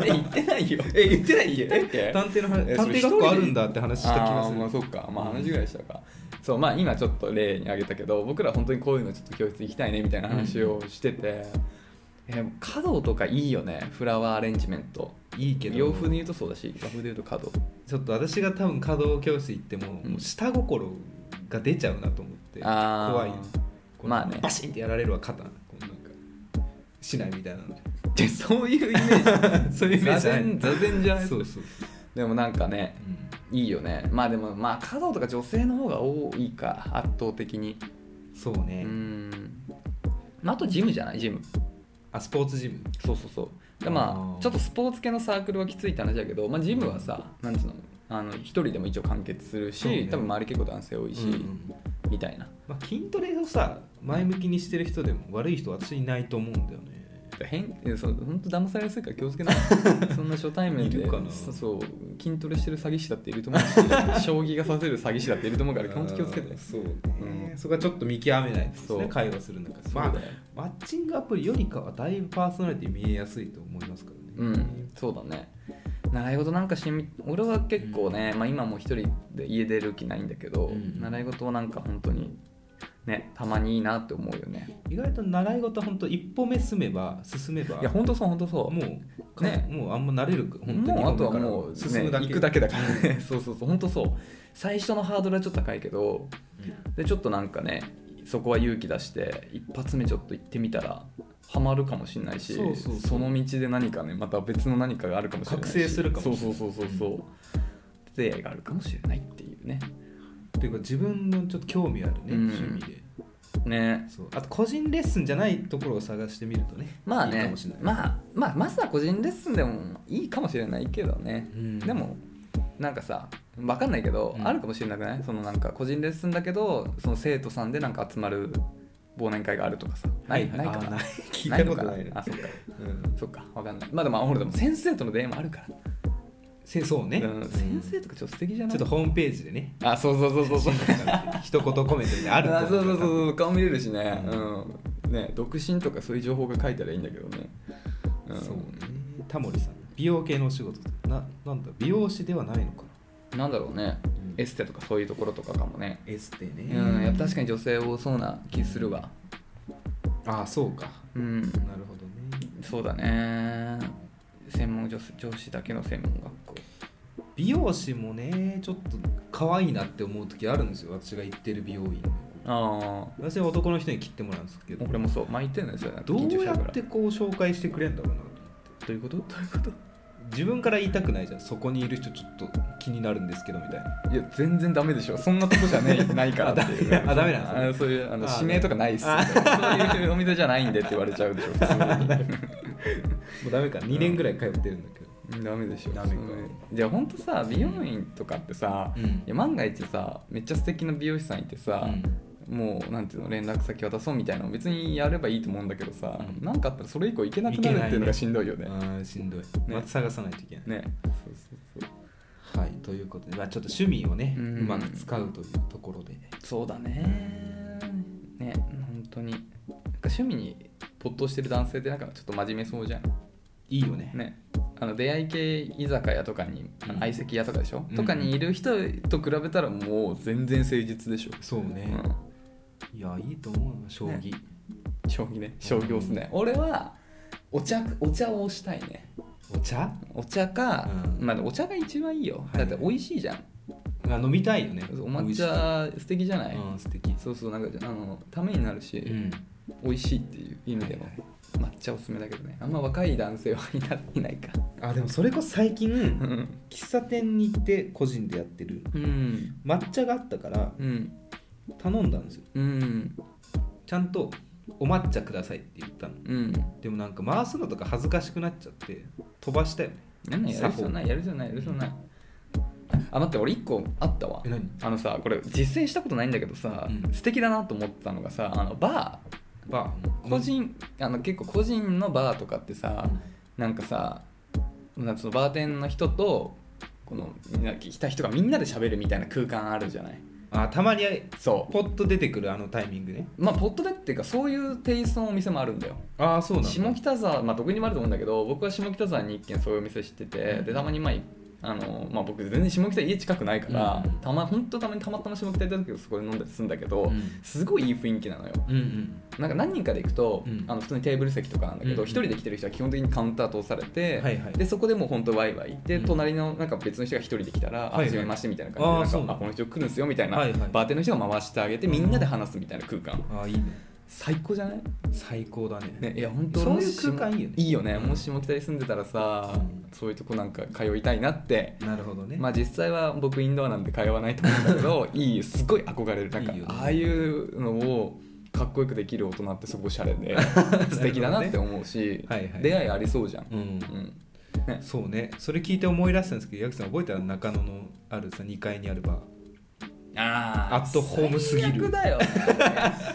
[SPEAKER 2] え言ってないよえ言ってないよ言って
[SPEAKER 1] 探偵の話
[SPEAKER 2] えそ
[SPEAKER 1] 探
[SPEAKER 2] れ
[SPEAKER 1] 偵学校あるんだって話した気が
[SPEAKER 2] あ
[SPEAKER 1] す
[SPEAKER 2] ー
[SPEAKER 1] る
[SPEAKER 2] まあそうかまあ話ぐらいしたか、そうまあ今ちょっと例に挙げたけど僕ら本当にこういうのちょっと教室行きたいねみたいな話をしてて、え華道とかいいよねフラワーアレンジメント
[SPEAKER 1] いいけど
[SPEAKER 2] 洋風で言うとそうだし和風で言うと華道
[SPEAKER 1] ちょっと私が多分華道教室行っても,、
[SPEAKER 2] うん
[SPEAKER 1] もう下心が出ちゃうなと思って
[SPEAKER 2] あー
[SPEAKER 1] 怖いこの
[SPEAKER 2] まあね
[SPEAKER 1] バシンってやられるは肩こうなんかしないみたい なの
[SPEAKER 2] でそういうイメージ そういうイメージ
[SPEAKER 1] 座禅
[SPEAKER 2] 座禅じゃない
[SPEAKER 1] そうそう、
[SPEAKER 2] でもなんかね
[SPEAKER 1] うん
[SPEAKER 2] いいよねまあでもまあ華道とか女性の方が多いか圧倒的に
[SPEAKER 1] そう
[SPEAKER 2] う
[SPEAKER 1] ね、
[SPEAKER 2] んまああとジムじゃないジム
[SPEAKER 1] あスポーツジム
[SPEAKER 2] そうそうそうで
[SPEAKER 1] あ
[SPEAKER 2] ま
[SPEAKER 1] ー
[SPEAKER 2] あちょっとスポーツ系のサークルはきついって話だけど、まあ、ジムはさなんつうのあの一人でも一応完結するし、
[SPEAKER 1] そうね
[SPEAKER 2] 多分周り結構男性多いし、
[SPEAKER 1] うんうん
[SPEAKER 2] みたいな
[SPEAKER 1] まあ、筋トレをさ前向きにしてる人でも悪い人は私いないと思うんだよね
[SPEAKER 2] 変えそう本当騙されやすいから気をつ けなそんな初対面で
[SPEAKER 1] いるかな
[SPEAKER 2] そそう筋トレしてる詐欺師だっている と思うし将棋がさせる詐欺師だっていると思うから本当気をつけて
[SPEAKER 1] あーそうね、
[SPEAKER 2] うん
[SPEAKER 1] そこはちょっと見極めないです
[SPEAKER 2] そ
[SPEAKER 1] ね
[SPEAKER 2] う
[SPEAKER 1] 会話する中で
[SPEAKER 2] そう
[SPEAKER 1] まあ
[SPEAKER 2] だよ
[SPEAKER 1] マッチングアプリよりかはだいぶパーソナリティ見えやすいと思いますから
[SPEAKER 2] う
[SPEAKER 1] ね、
[SPEAKER 2] ん、そうだね習い事なんかしてみ俺は結構ね、まあ、今もう一人で家出る気ないんだけど、
[SPEAKER 1] うん
[SPEAKER 2] 習い事はなんか本当にねたまにいいなって思うよね
[SPEAKER 1] 意外と習い事は本当一歩目進めば進めば
[SPEAKER 2] いや本当そう本当そう
[SPEAKER 1] もうか
[SPEAKER 2] ね
[SPEAKER 1] もうあんま慣れる本当に
[SPEAKER 2] もうあとは
[SPEAKER 1] 二
[SPEAKER 2] も
[SPEAKER 1] 本
[SPEAKER 2] う、
[SPEAKER 1] 目
[SPEAKER 2] ね、
[SPEAKER 1] から進むだけ
[SPEAKER 2] 行くだけだからね そうそうそう本当そう最初のハードルはちょっと高いけどでちょっとなんかねそこは勇気出して一発目ちょっと行ってみたらハマるかもしれないし
[SPEAKER 1] そうそうそう
[SPEAKER 2] の道で何かねまた別の何かがあるかもしれないし
[SPEAKER 1] 覚醒するかもしれない
[SPEAKER 2] そうそうそうそうそう出会いがあるかもしれないっていうね
[SPEAKER 1] っていうか自分のちょっと興味あるね、
[SPEAKER 2] うん
[SPEAKER 1] 趣味で
[SPEAKER 2] ね
[SPEAKER 1] そうあと個人レッスンじゃないところを探してみるとね
[SPEAKER 2] まあ
[SPEAKER 1] いいか
[SPEAKER 2] ね
[SPEAKER 1] もしれない、
[SPEAKER 2] まあ、まあまずは個人レッスンでもいいかもしれないけどね、
[SPEAKER 1] うん
[SPEAKER 2] でもなんかさ分かんないけど、
[SPEAKER 1] うん
[SPEAKER 2] あるかもしれなくないそのなんか個人レッスンだけどその生徒さんでなんか集まる忘年会があるとかさない,、ないか
[SPEAKER 1] あー
[SPEAKER 2] な
[SPEAKER 1] ない聞いたことない
[SPEAKER 2] のかなあそっか
[SPEAKER 1] うん
[SPEAKER 2] そっか分かんないまあでもあほらでも先生との出会いもあるから、
[SPEAKER 1] せそうね、
[SPEAKER 2] うん
[SPEAKER 1] うん
[SPEAKER 2] 先生とかちょっと素敵じゃな
[SPEAKER 1] ちょ
[SPEAKER 2] い
[SPEAKER 1] っとホームページでね
[SPEAKER 2] あそうそうそうそうそう
[SPEAKER 1] 一言コメントみたいなのあると
[SPEAKER 2] あ
[SPEAKER 1] 思
[SPEAKER 2] そうそうう
[SPEAKER 1] から
[SPEAKER 2] そうそう顔見れるしね
[SPEAKER 1] う
[SPEAKER 2] うんね独身とかそういう情報が書いたらいいんだけどね、うん、
[SPEAKER 1] そうねタモリさん美容系のお仕事ななんだ美容師ではないのかな
[SPEAKER 2] なんだろうね、
[SPEAKER 1] うん
[SPEAKER 2] エステとかそういうところとかかもね
[SPEAKER 1] エステね
[SPEAKER 2] うんやっぱ確かに女性多そうな気するわ
[SPEAKER 1] ああそうか
[SPEAKER 2] うん
[SPEAKER 1] なるほどね
[SPEAKER 2] そうだね専門女子女子だけの専門学校
[SPEAKER 1] 美容師もねちょっと可愛いなって思う時あるんですよ私が行ってる美容院
[SPEAKER 2] あ
[SPEAKER 1] 私は男の人に切ってもらうんですけ
[SPEAKER 2] あ
[SPEAKER 1] ど
[SPEAKER 2] 俺もそう巻いてんですよね
[SPEAKER 1] どうやっ
[SPEAKER 2] 緊張しちゃ
[SPEAKER 1] てこう紹介してくれんだろうなと思ってどういうことどういうこと自分から言いたくないじゃんそこにいる人ちょっと気になるんですけどみたいな
[SPEAKER 2] うからいや全然ダメでしょそんなとこじゃねないからっていう
[SPEAKER 1] あダメあダメなん
[SPEAKER 2] あそういうあの
[SPEAKER 1] あ
[SPEAKER 2] 指名とかないっすよそういうお店じゃないんでって言われちゃうでしょ普 通
[SPEAKER 1] もうダメか2年ぐらい通ってるんだけど
[SPEAKER 2] にダメでしょ
[SPEAKER 1] ダメか
[SPEAKER 2] そうじゃあほんとさ美容院とかってさ、
[SPEAKER 1] う
[SPEAKER 2] い
[SPEAKER 1] ん
[SPEAKER 2] や万が一さめっちゃ素敵な美容師さんいてさ、もうなんていうの連絡先渡そうみたいなの別にやればいいと思うんだけどさ、
[SPEAKER 1] うん
[SPEAKER 2] なんかあったらそれ以降行けなくなるっていうのがしんどいよね
[SPEAKER 1] あーしんどい、また探さないといけない、
[SPEAKER 2] ねそうそうそう
[SPEAKER 1] はいということで、まあ、ちょっと趣味をねう
[SPEAKER 2] うん
[SPEAKER 1] まく使うというところで
[SPEAKER 2] そうだねね本当になんか趣味に没頭してる男性ってなんかちょっと真面目そうじゃん
[SPEAKER 1] いいよね
[SPEAKER 2] ねあの出会い系居酒屋とかにあの
[SPEAKER 1] うん
[SPEAKER 2] 相席屋とかでしょ、
[SPEAKER 1] うん
[SPEAKER 2] とかにいる人と比べたらもう全然誠実でしょ、
[SPEAKER 1] そうね、いやいいと思うよ将棋、
[SPEAKER 2] うん、将棋ね将棋をすね、俺はお茶お茶を推したいね
[SPEAKER 1] お茶
[SPEAKER 2] お茶か、
[SPEAKER 1] うん
[SPEAKER 2] まあお茶が一番いいよ、
[SPEAKER 1] はい
[SPEAKER 2] だって美味しいじゃん
[SPEAKER 1] が飲みたいよね
[SPEAKER 2] お抹茶素敵じゃな
[SPEAKER 1] 美味し
[SPEAKER 2] い、
[SPEAKER 1] いうん素敵
[SPEAKER 2] そうそうなんかあのためになるし、
[SPEAKER 1] うん
[SPEAKER 2] 美味しいっていう意味でも、
[SPEAKER 1] はい
[SPEAKER 2] 抹茶おすすめだけどねあんま若い男性はいないないか
[SPEAKER 1] あでもそれこそ最
[SPEAKER 2] う
[SPEAKER 1] 近
[SPEAKER 2] ん
[SPEAKER 1] 喫茶店に行って個人でやってる
[SPEAKER 2] うん
[SPEAKER 1] 抹茶があったから
[SPEAKER 2] うん
[SPEAKER 1] 頼んだんですよ
[SPEAKER 2] うん
[SPEAKER 1] ちゃんと「お抹茶ください」って言ったの
[SPEAKER 2] うん
[SPEAKER 1] でもなんか回すのとか恥ずかしくなっちゃって飛ばしたよね
[SPEAKER 2] なんなんやる必要ないやる必要ないやる必要ないあ待って俺1個あったわ
[SPEAKER 1] え何
[SPEAKER 2] あのさこれ実践したことないんだけどさ、
[SPEAKER 1] うん
[SPEAKER 2] 素敵だなと思ったのがさあのバ
[SPEAKER 1] バ
[SPEAKER 2] ー
[SPEAKER 1] ー
[SPEAKER 2] 個人、あの結構個人のバーとかってさ、なんかさなんかそのバーテンの人とこのみんな来た人がみんなで喋るみたいな空間あるじゃない
[SPEAKER 1] あたまに
[SPEAKER 2] そう
[SPEAKER 1] ポッと出てくるあのタイミングね
[SPEAKER 2] まあポットでっていうかそういうテイストのお店もあるんだよ
[SPEAKER 1] ああそうなんだ
[SPEAKER 2] 下北沢まあどこにもあると思うんだけど僕は下北沢に一軒そういうお店知ってて
[SPEAKER 1] うん
[SPEAKER 2] でたまにまあいあのまあ、僕全然下北家近くないから、
[SPEAKER 1] うん
[SPEAKER 2] たまほんとたまにたまたま下北行った時そこで飲んだりするんだけど、
[SPEAKER 1] うん
[SPEAKER 2] すごいいい雰囲気なのよ
[SPEAKER 1] うんうん
[SPEAKER 2] なんか何人かで行くと、
[SPEAKER 1] うん
[SPEAKER 2] あの普通にテーブル席とかなんだ
[SPEAKER 1] う
[SPEAKER 2] け
[SPEAKER 1] んう
[SPEAKER 2] ど
[SPEAKER 1] ん
[SPEAKER 2] 一、人で来てる人は基本的にカウンター通されて、
[SPEAKER 1] はいはい
[SPEAKER 2] でそこでもう本当ワイワイ行って、
[SPEAKER 1] うん
[SPEAKER 2] 隣のなんか別の人が一人で来たら
[SPEAKER 1] はい
[SPEAKER 2] 「
[SPEAKER 1] は
[SPEAKER 2] はいじめまして」みたい
[SPEAKER 1] あ
[SPEAKER 2] な
[SPEAKER 1] ー
[SPEAKER 2] 感じ
[SPEAKER 1] そ
[SPEAKER 2] で
[SPEAKER 1] う
[SPEAKER 2] なん
[SPEAKER 1] なん
[SPEAKER 2] かあ
[SPEAKER 1] だ
[SPEAKER 2] この人来るんですよ」みたいな、
[SPEAKER 1] はいはい
[SPEAKER 2] バーテンの人が回してあげてみんなで話すみたいな空間
[SPEAKER 1] ああいいね
[SPEAKER 2] 最高じゃない
[SPEAKER 1] 最高だね
[SPEAKER 2] ね、いや本当
[SPEAKER 1] そういう空間いいよね
[SPEAKER 2] いいよね、もし下北に住んでたらさ、
[SPEAKER 1] うん
[SPEAKER 2] そういうとこなんか通いたいなって、
[SPEAKER 1] なるほどね、
[SPEAKER 2] まあ実際は僕インドアなんて通わないと思うんだけど いいすごい憧れるなんか
[SPEAKER 1] いいよね
[SPEAKER 2] ああいうのをかっこよくできる大人ってすごいおしゃれ で素敵だなって思うし、
[SPEAKER 1] はいはい
[SPEAKER 2] 出会いありそうじゃん、
[SPEAKER 1] うん
[SPEAKER 2] うん
[SPEAKER 1] そうねそれ聞いて思い出したんですけどヤクさん覚えてる中野のあるさ2階にあるバー
[SPEAKER 2] あ
[SPEAKER 1] ーアットホームすぎる
[SPEAKER 2] 最悪だよね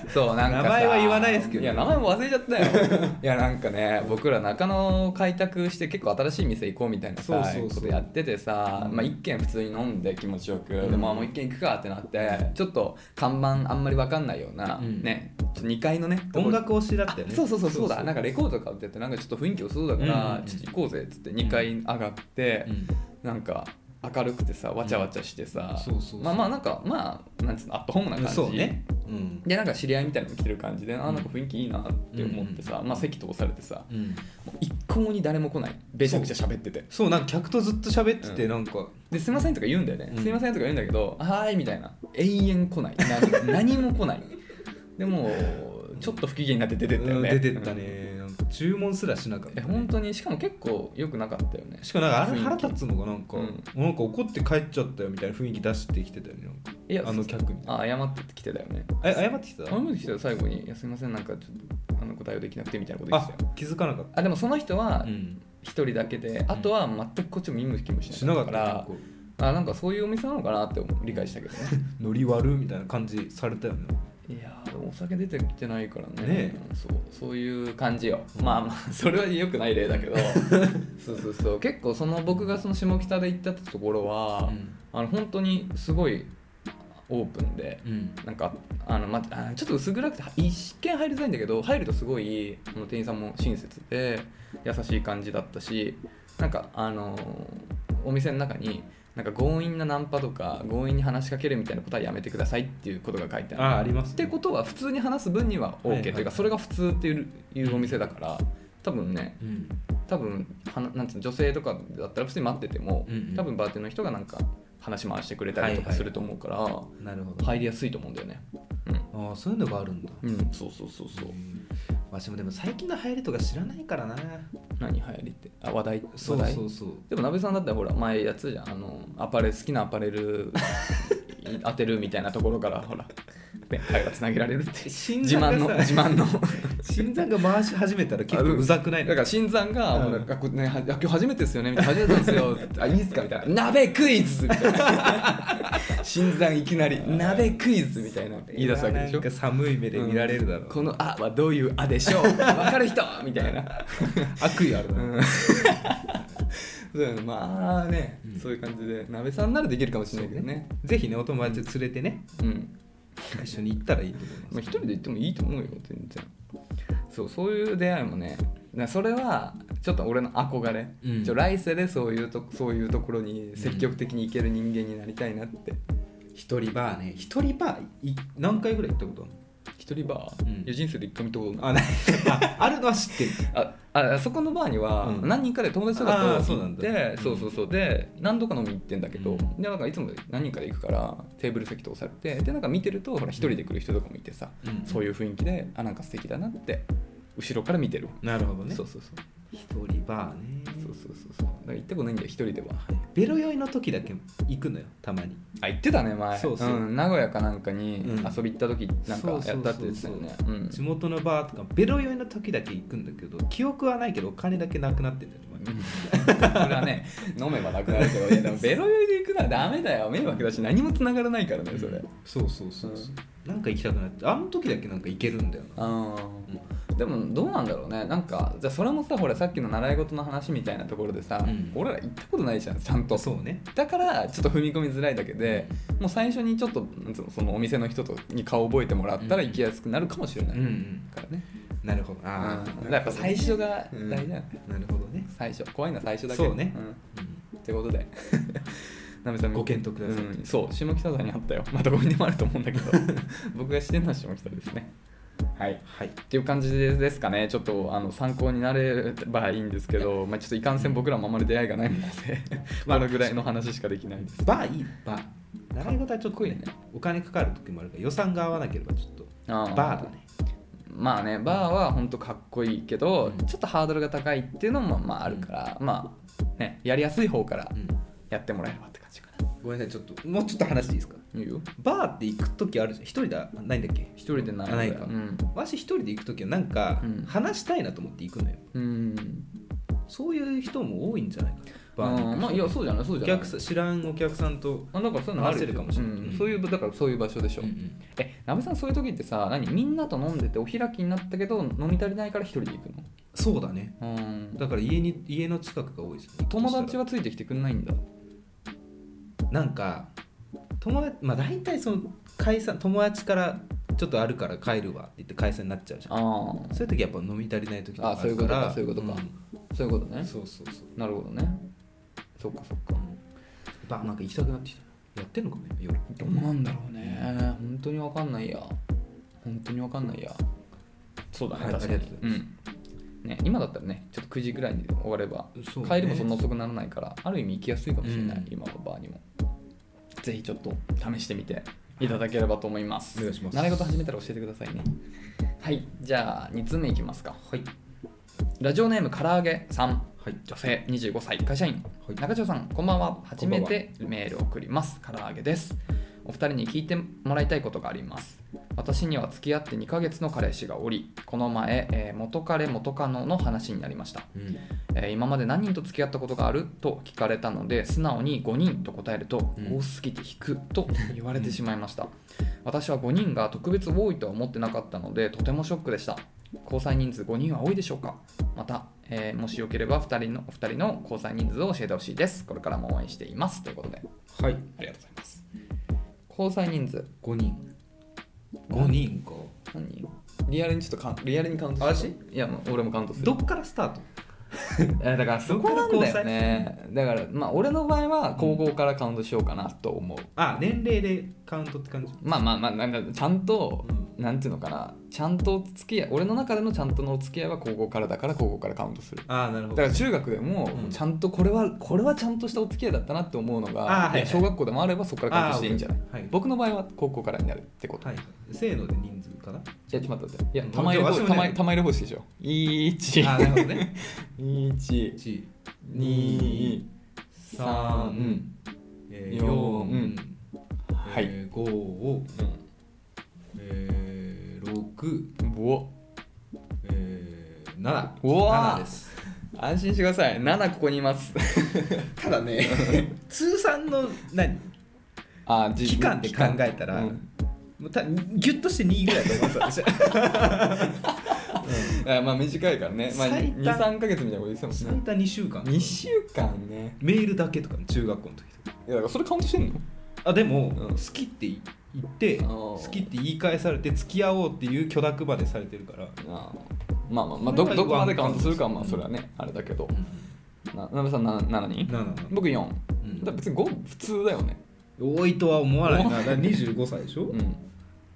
[SPEAKER 2] そうなんかさ
[SPEAKER 1] 名前は言わないですけど
[SPEAKER 2] いや名前も忘れちゃった よいやなんかね僕ら中野を開拓して結構新しい店行こうみたいなさ
[SPEAKER 1] そうそうそう
[SPEAKER 2] ことやっててさ、まあ、1軒普通に飲んで気持ちよく、
[SPEAKER 1] うん
[SPEAKER 2] でまあもう1軒行くかってなってちょっと看板あんまり分かんないような、
[SPEAKER 1] うん
[SPEAKER 2] ねちょっと2階のね
[SPEAKER 1] 音楽推しだったよね
[SPEAKER 2] そうそうそうそうだなんかレコード買っててなんかちょっと雰囲気良さそうだから、
[SPEAKER 1] うんうんうん
[SPEAKER 2] ちょっと行こうぜっつって2階上がって、
[SPEAKER 1] うん
[SPEAKER 2] なんか明るくてさわちゃわちゃしてさ、
[SPEAKER 1] うんそうそうそう
[SPEAKER 2] まあまあなんかまあなんつうのアットホームな感じ
[SPEAKER 1] そうねうん
[SPEAKER 2] でなんか知り合いみたいなの来てる感じで、あ
[SPEAKER 1] うん
[SPEAKER 2] なんか雰囲気いいなって思ってさ、まあ席通されてさ
[SPEAKER 1] うん
[SPEAKER 2] もう一向に誰も来ないべちゃくちゃ喋ってて
[SPEAKER 1] そうなんか客とずっと喋ってて
[SPEAKER 2] うん
[SPEAKER 1] なんか、
[SPEAKER 2] で「すいません」とか言うんだよね「
[SPEAKER 1] うん
[SPEAKER 2] すいません」とか言うんだけど「はーい」みたいな永遠来ない何何も 来ないでもうちょっと不機嫌になって出てったよね、
[SPEAKER 1] うん出てったねなんか注文すらしなかっ
[SPEAKER 2] え
[SPEAKER 1] た、ね、
[SPEAKER 2] 本当にしかも結構良くなかったよね
[SPEAKER 1] しかもなんかあ
[SPEAKER 2] 雰
[SPEAKER 1] れ
[SPEAKER 2] 囲気
[SPEAKER 1] 腹立つのがなんか、
[SPEAKER 2] うん
[SPEAKER 1] なんか怒って帰っちゃったよみたいな雰囲気出してきてたよねなんか
[SPEAKER 2] いや
[SPEAKER 1] あの客みたいな
[SPEAKER 2] あ謝ってきてたよね
[SPEAKER 1] え謝ってきた
[SPEAKER 2] あの人最後に「いやすいませんなんかちょっとあのご対応できなくて」みたいなこと言って
[SPEAKER 1] あ
[SPEAKER 2] たよ
[SPEAKER 1] 気づかなかっ
[SPEAKER 2] あでもその人
[SPEAKER 1] た、
[SPEAKER 2] は
[SPEAKER 1] ん、
[SPEAKER 2] 一人だけで、あとは全くこっちも見向きも
[SPEAKER 1] し
[SPEAKER 2] し
[SPEAKER 1] な
[SPEAKER 2] な
[SPEAKER 1] かっ
[SPEAKER 2] かったた
[SPEAKER 1] ね
[SPEAKER 2] から
[SPEAKER 1] こう
[SPEAKER 2] あなんかそういうお店なのかなって思う理解したけどね
[SPEAKER 1] ノリ悪みたいな感じされたよね
[SPEAKER 2] いやーでもお酒出てきてないからね
[SPEAKER 1] ね
[SPEAKER 2] そうそういう感じよ、
[SPEAKER 1] うん
[SPEAKER 2] まあまあそれは良くない例だけ どそうそうそう結構その僕がその下北で行ったところは、あの本当にすごいオープンで
[SPEAKER 1] うん
[SPEAKER 2] なんかあの、まあ、ちょっと薄暗くて一見入りづらいんだけど入るとすごいあの店員さんも親切で優しい感じだったしなんかあのお店の中になんか強引なナンパとか強引に話しかけるみたいなことはやめてくださいっていうことが書いてある
[SPEAKER 1] ああります
[SPEAKER 2] ってことは普通に話す分には OK と
[SPEAKER 1] はいはい
[SPEAKER 2] いうか、それが普通っていういうお店だから多分ね
[SPEAKER 1] うん
[SPEAKER 2] 多分はななんていうの女性とかだったら普通に待ってても、
[SPEAKER 1] うんうん
[SPEAKER 2] 多分バーテンの人がなんか話回してくれた
[SPEAKER 1] は
[SPEAKER 2] りと
[SPEAKER 1] いは
[SPEAKER 2] か
[SPEAKER 1] い
[SPEAKER 2] すると思うから、
[SPEAKER 1] なるほど、
[SPEAKER 2] 入りやすいと思うんだよね
[SPEAKER 1] ああそういうのがあるんだ
[SPEAKER 2] うん、うん、そうそうそうそう
[SPEAKER 1] うんわしもでも最近の流行りとか知らないからな
[SPEAKER 2] 何流行りってあ話題
[SPEAKER 1] そ
[SPEAKER 2] 話
[SPEAKER 1] う
[SPEAKER 2] 題
[SPEAKER 1] そうそう
[SPEAKER 2] でも鍋さんだったらほら前やつじゃんあのアパレル好きなアパレル 当てるみたいなところからほらね会話つなげられるって
[SPEAKER 1] 新
[SPEAKER 2] 自慢の自慢の
[SPEAKER 1] 新参が回し始めたら結構うざくない
[SPEAKER 2] だ
[SPEAKER 1] の
[SPEAKER 2] から新さんが
[SPEAKER 1] うん
[SPEAKER 2] ほら学校ねは今日初めてですよねみたいな初めてなんですよ あいいっすかみたいな鍋クイズみたいな 新さんいきなり鍋クイズみたいな言い出すわけでし
[SPEAKER 1] な
[SPEAKER 2] ょ
[SPEAKER 1] んか寒い目で見られるだろう、
[SPEAKER 2] この「あ」はどういう「あ」でしょう分かる人みたいな
[SPEAKER 1] 悪意あるな、
[SPEAKER 2] うん そうだよねまあね、そういう感じで鍋さんならできるかもしれないけどね
[SPEAKER 1] ぜひねお友達連れてね
[SPEAKER 2] うん
[SPEAKER 1] 一緒に行ったらいいと思います、
[SPEAKER 2] まあ、一人で行ってもいいと思うよ全然そうそういう出会いもねなそれはちょっと俺の憧れ、
[SPEAKER 1] うん
[SPEAKER 2] ちょ来世でそういうとそういうところに積極的に行ける人間になりたいなって、
[SPEAKER 1] 一人バーね一人バーい何回ぐらい行ったこと
[SPEAKER 2] 一人バ
[SPEAKER 1] うん
[SPEAKER 2] ー、余人生で一回見たことない
[SPEAKER 1] ある あないああるのは知ってる
[SPEAKER 2] あああそこのバーには
[SPEAKER 1] うん
[SPEAKER 2] 何人かで友達とか
[SPEAKER 1] あー
[SPEAKER 2] と
[SPEAKER 1] そう
[SPEAKER 2] 行
[SPEAKER 1] な
[SPEAKER 2] っ
[SPEAKER 1] ん
[SPEAKER 2] て、
[SPEAKER 1] だ
[SPEAKER 2] そうそうそうで何度か飲みに行ってんだけど、
[SPEAKER 1] うん
[SPEAKER 2] でなんかいつも何人かで行くからテーブル席通されてでなんか見てるとほら一人で来る人とかもいてさ、
[SPEAKER 1] うん
[SPEAKER 2] そういう雰囲気であなんか素敵だなって後ろから見てる、
[SPEAKER 1] なるほどね
[SPEAKER 2] そうそうそう
[SPEAKER 1] 一人バーね
[SPEAKER 2] そうそうそうそうだから行ったことないんだよ一人では
[SPEAKER 1] ベロ酔いの時だけ行くのよたまに
[SPEAKER 2] あ行ってたね前、
[SPEAKER 1] そうそうん
[SPEAKER 2] 名古屋かなんかに
[SPEAKER 1] うん
[SPEAKER 2] 遊び行った時なんか
[SPEAKER 1] そうそう
[SPEAKER 2] やったって言ってたよね
[SPEAKER 1] そううん地元のバーとかベロ酔いの時だけ行くんだけど記憶はないけどお金だけなくなってんだよね
[SPEAKER 2] うん それはね飲めばなくなるけどいやでもベロ酔いで行くのはダメだよ迷惑だし何も繋がらないからねそれ
[SPEAKER 1] そうそうそうそう、なんか行きたくなってあの時だけなんか行けるんだよな
[SPEAKER 2] あーでもどうなんだろうねなんかじゃあそれもさほらさっきの習い事の話みたいなところでさ、
[SPEAKER 1] うん
[SPEAKER 2] 俺ら行ったことないじゃんちゃんと
[SPEAKER 1] そうね
[SPEAKER 2] だからちょっと踏み込みづらいだけでもう最初にちょっとなんつうのそのお店の人とに顔覚えてもらったら
[SPEAKER 1] うん
[SPEAKER 2] 行きやすくなるかもしれない、
[SPEAKER 1] うんうん
[SPEAKER 2] からね
[SPEAKER 1] なるほど
[SPEAKER 2] あ
[SPEAKER 1] ああ、
[SPEAKER 2] やっぱ最初が
[SPEAKER 1] うん
[SPEAKER 2] 大事だよね、
[SPEAKER 1] なるほどね、
[SPEAKER 2] 最初怖いのは最初だけ
[SPEAKER 1] そうね
[SPEAKER 2] ん、
[SPEAKER 1] うん
[SPEAKER 2] ってことで なめさん
[SPEAKER 1] ご検討ください
[SPEAKER 2] うんそう下北沢にあったよまあどこにでもあると思うんだ けど僕がしてるのは下北ですねはい
[SPEAKER 1] はい
[SPEAKER 2] っていう感じでですかねちょっとあの参考になればいいんですけど、まあ、ちょっといかんせん僕らもあまり出会いがないので このぐらいの話しかできないです
[SPEAKER 1] バーいいバー習い事はちょっと、ね
[SPEAKER 2] かっこいいね
[SPEAKER 1] お金かかる時もあるから予算が合わなければちょっと
[SPEAKER 2] あー
[SPEAKER 1] バーだね
[SPEAKER 2] まあねバーは本当かっこいいけど、
[SPEAKER 1] うん
[SPEAKER 2] ちょっとハードルが高いっていうのもまああるから、まあねやりやすい方から
[SPEAKER 1] うん
[SPEAKER 2] やってもらえればって感じかな
[SPEAKER 1] ごめんなさいちょっともうちょっと話していいですか
[SPEAKER 2] いいよ
[SPEAKER 1] バーって行く時あるじゃん一人だないんだっけ
[SPEAKER 2] 一人でな
[SPEAKER 1] あないか
[SPEAKER 2] うん、
[SPEAKER 1] わし一人で行く時はなんか
[SPEAKER 2] うん
[SPEAKER 1] 話したいなと思って行くのよ、
[SPEAKER 2] うん
[SPEAKER 1] そういう人も多いんじゃないかなバーに行く
[SPEAKER 2] あー
[SPEAKER 1] 人
[SPEAKER 2] まあいやそうじゃないそう
[SPEAKER 1] お
[SPEAKER 2] じゃない
[SPEAKER 1] 客さん知らんお客さんと、
[SPEAKER 2] あだからそういうのある
[SPEAKER 1] 話せるかもしれない
[SPEAKER 2] うんそういうだからそういう場所でしょ、えなべさんそういう時ってさ何みんなと飲んでてお開きになったけど飲み足りないから一人で行く
[SPEAKER 1] そうだね
[SPEAKER 2] のうん
[SPEAKER 1] だから家に家の近くが多いですね
[SPEAKER 2] 友達
[SPEAKER 1] は
[SPEAKER 2] はついてきてくんないんだ
[SPEAKER 1] なんか友達まあ大体その解散友達からちょっとあるから帰るわって言って解散になっちゃうじゃん
[SPEAKER 2] ああ
[SPEAKER 1] そういう時やっぱ飲み足りない時とか
[SPEAKER 2] あそういうことかそういうことかそういうこと
[SPEAKER 1] うん
[SPEAKER 2] ね
[SPEAKER 1] そうそうそう
[SPEAKER 2] なるほどねそっかそっか
[SPEAKER 1] バーなんか行きたくなってきたやってんのかな今夜
[SPEAKER 2] どうなんだろうね本当にわかんないや本当にわかんないやそうだね、
[SPEAKER 1] はい
[SPEAKER 2] 確か
[SPEAKER 1] あ
[SPEAKER 2] に
[SPEAKER 1] りがとうございます
[SPEAKER 2] うんね、今だったらねちょっと9時ぐらいに終われば、
[SPEAKER 1] そうね
[SPEAKER 2] 帰りもそんな遅くならないからある意味行きやすいかもしれない、
[SPEAKER 1] うん
[SPEAKER 2] 今のバーにもぜひちょっと試してみていただければと思います、
[SPEAKER 1] お願いします
[SPEAKER 2] 習い事始めたら教えてくださいねはいじゃあ2つ目いきますか
[SPEAKER 1] はい
[SPEAKER 2] ラジオネームから揚げさん
[SPEAKER 1] はい
[SPEAKER 2] 女性25歳会社員、
[SPEAKER 1] はい
[SPEAKER 2] 中条さんこんばんは初めてメールを送ります唐揚げですお二人に聞いてもらいたいことがあります私には付き合って2ヶ月の彼氏がおりこの前、えー元彼元カノの話になりました、
[SPEAKER 1] うん
[SPEAKER 2] えー今まで何人と付き合ったことがあると聞かれたので素直に5人と答えると、
[SPEAKER 1] うん
[SPEAKER 2] 多すぎて引くと言われてしまいました、私は5人が特別多いとは思ってなかったのでとてもショックでした交際人数5人は多いでしょうかまた、えーもしよければ2人のお二人の交際人数を教えてほしいですこれからも応援していますということ
[SPEAKER 1] は
[SPEAKER 2] で
[SPEAKER 1] い
[SPEAKER 2] ありがとうございます交際人数
[SPEAKER 1] 5人5人か
[SPEAKER 2] 何人リアルにちょっとカウンリアルにカウントするいやもう俺もカウントする
[SPEAKER 1] どっからスタート
[SPEAKER 2] えーだからそこなんだよねだからまあ俺の場合は高校からカウントしようかなと思う、
[SPEAKER 1] あ年齢でカウントって感じ
[SPEAKER 2] まあまあまあなんかちゃんと、
[SPEAKER 1] う
[SPEAKER 2] なんていうのかなちゃんと付き合い俺の中でのちゃんとのお付き合いは高校からだから高校からカウントする
[SPEAKER 1] ああなるほ
[SPEAKER 2] だ
[SPEAKER 1] ど
[SPEAKER 2] から中学でも
[SPEAKER 1] うん
[SPEAKER 2] ちゃんとこれは、これはちゃんとしたお付き合いだったなって思うの
[SPEAKER 1] あ
[SPEAKER 2] が、
[SPEAKER 1] ーはいはい
[SPEAKER 2] いや小学校でもあればそこからカウントしていいんじゃない、
[SPEAKER 1] あーはい
[SPEAKER 2] 僕の場合は高校からになるってこと、
[SPEAKER 1] はいせーので人数かない
[SPEAKER 2] やちょっと待 っていや
[SPEAKER 1] うん
[SPEAKER 2] 玉入れ
[SPEAKER 1] じゃあ私もね
[SPEAKER 2] 玉入れ玉入れ方式でしょ
[SPEAKER 1] あーなるほどね
[SPEAKER 2] 11234
[SPEAKER 1] 1 3
[SPEAKER 2] 3
[SPEAKER 1] え
[SPEAKER 2] 四
[SPEAKER 1] 4
[SPEAKER 2] はい
[SPEAKER 1] え5をえ6
[SPEAKER 2] うわ
[SPEAKER 1] えー、7
[SPEAKER 2] うわー
[SPEAKER 1] 7です
[SPEAKER 2] 安心してください7ここにいます
[SPEAKER 1] ただ ね通算の何
[SPEAKER 2] あーじ
[SPEAKER 1] 期間で考えたら
[SPEAKER 2] うん
[SPEAKER 1] もうたギュッとして2ぐらいだと思ってた私
[SPEAKER 2] あまあ短いからね、まあ、
[SPEAKER 1] 最短
[SPEAKER 2] 23か月みたいなこと言ってたも ん
[SPEAKER 1] 最
[SPEAKER 2] ね
[SPEAKER 1] 多2週間
[SPEAKER 2] 2週間ね
[SPEAKER 1] メールだけとかね中学校の時とか
[SPEAKER 2] いやだからそれカウントしてんの
[SPEAKER 1] あでも、
[SPEAKER 2] うん
[SPEAKER 1] 好きって言って
[SPEAKER 2] あー
[SPEAKER 1] 好きって言い返されて付き合おうっていう許諾までされてるから、
[SPEAKER 2] あーまあまあまあど
[SPEAKER 1] これは
[SPEAKER 2] どこまでカウントするかは
[SPEAKER 1] ワンカ
[SPEAKER 2] ま
[SPEAKER 1] ウ
[SPEAKER 2] あ
[SPEAKER 1] ント
[SPEAKER 2] それはね、あれだけどななべさんな7人
[SPEAKER 1] ななな
[SPEAKER 2] 僕4、
[SPEAKER 1] ん
[SPEAKER 2] だから別に5普通だよね
[SPEAKER 1] 多いとは思わないなだから25歳でしょ、
[SPEAKER 2] うん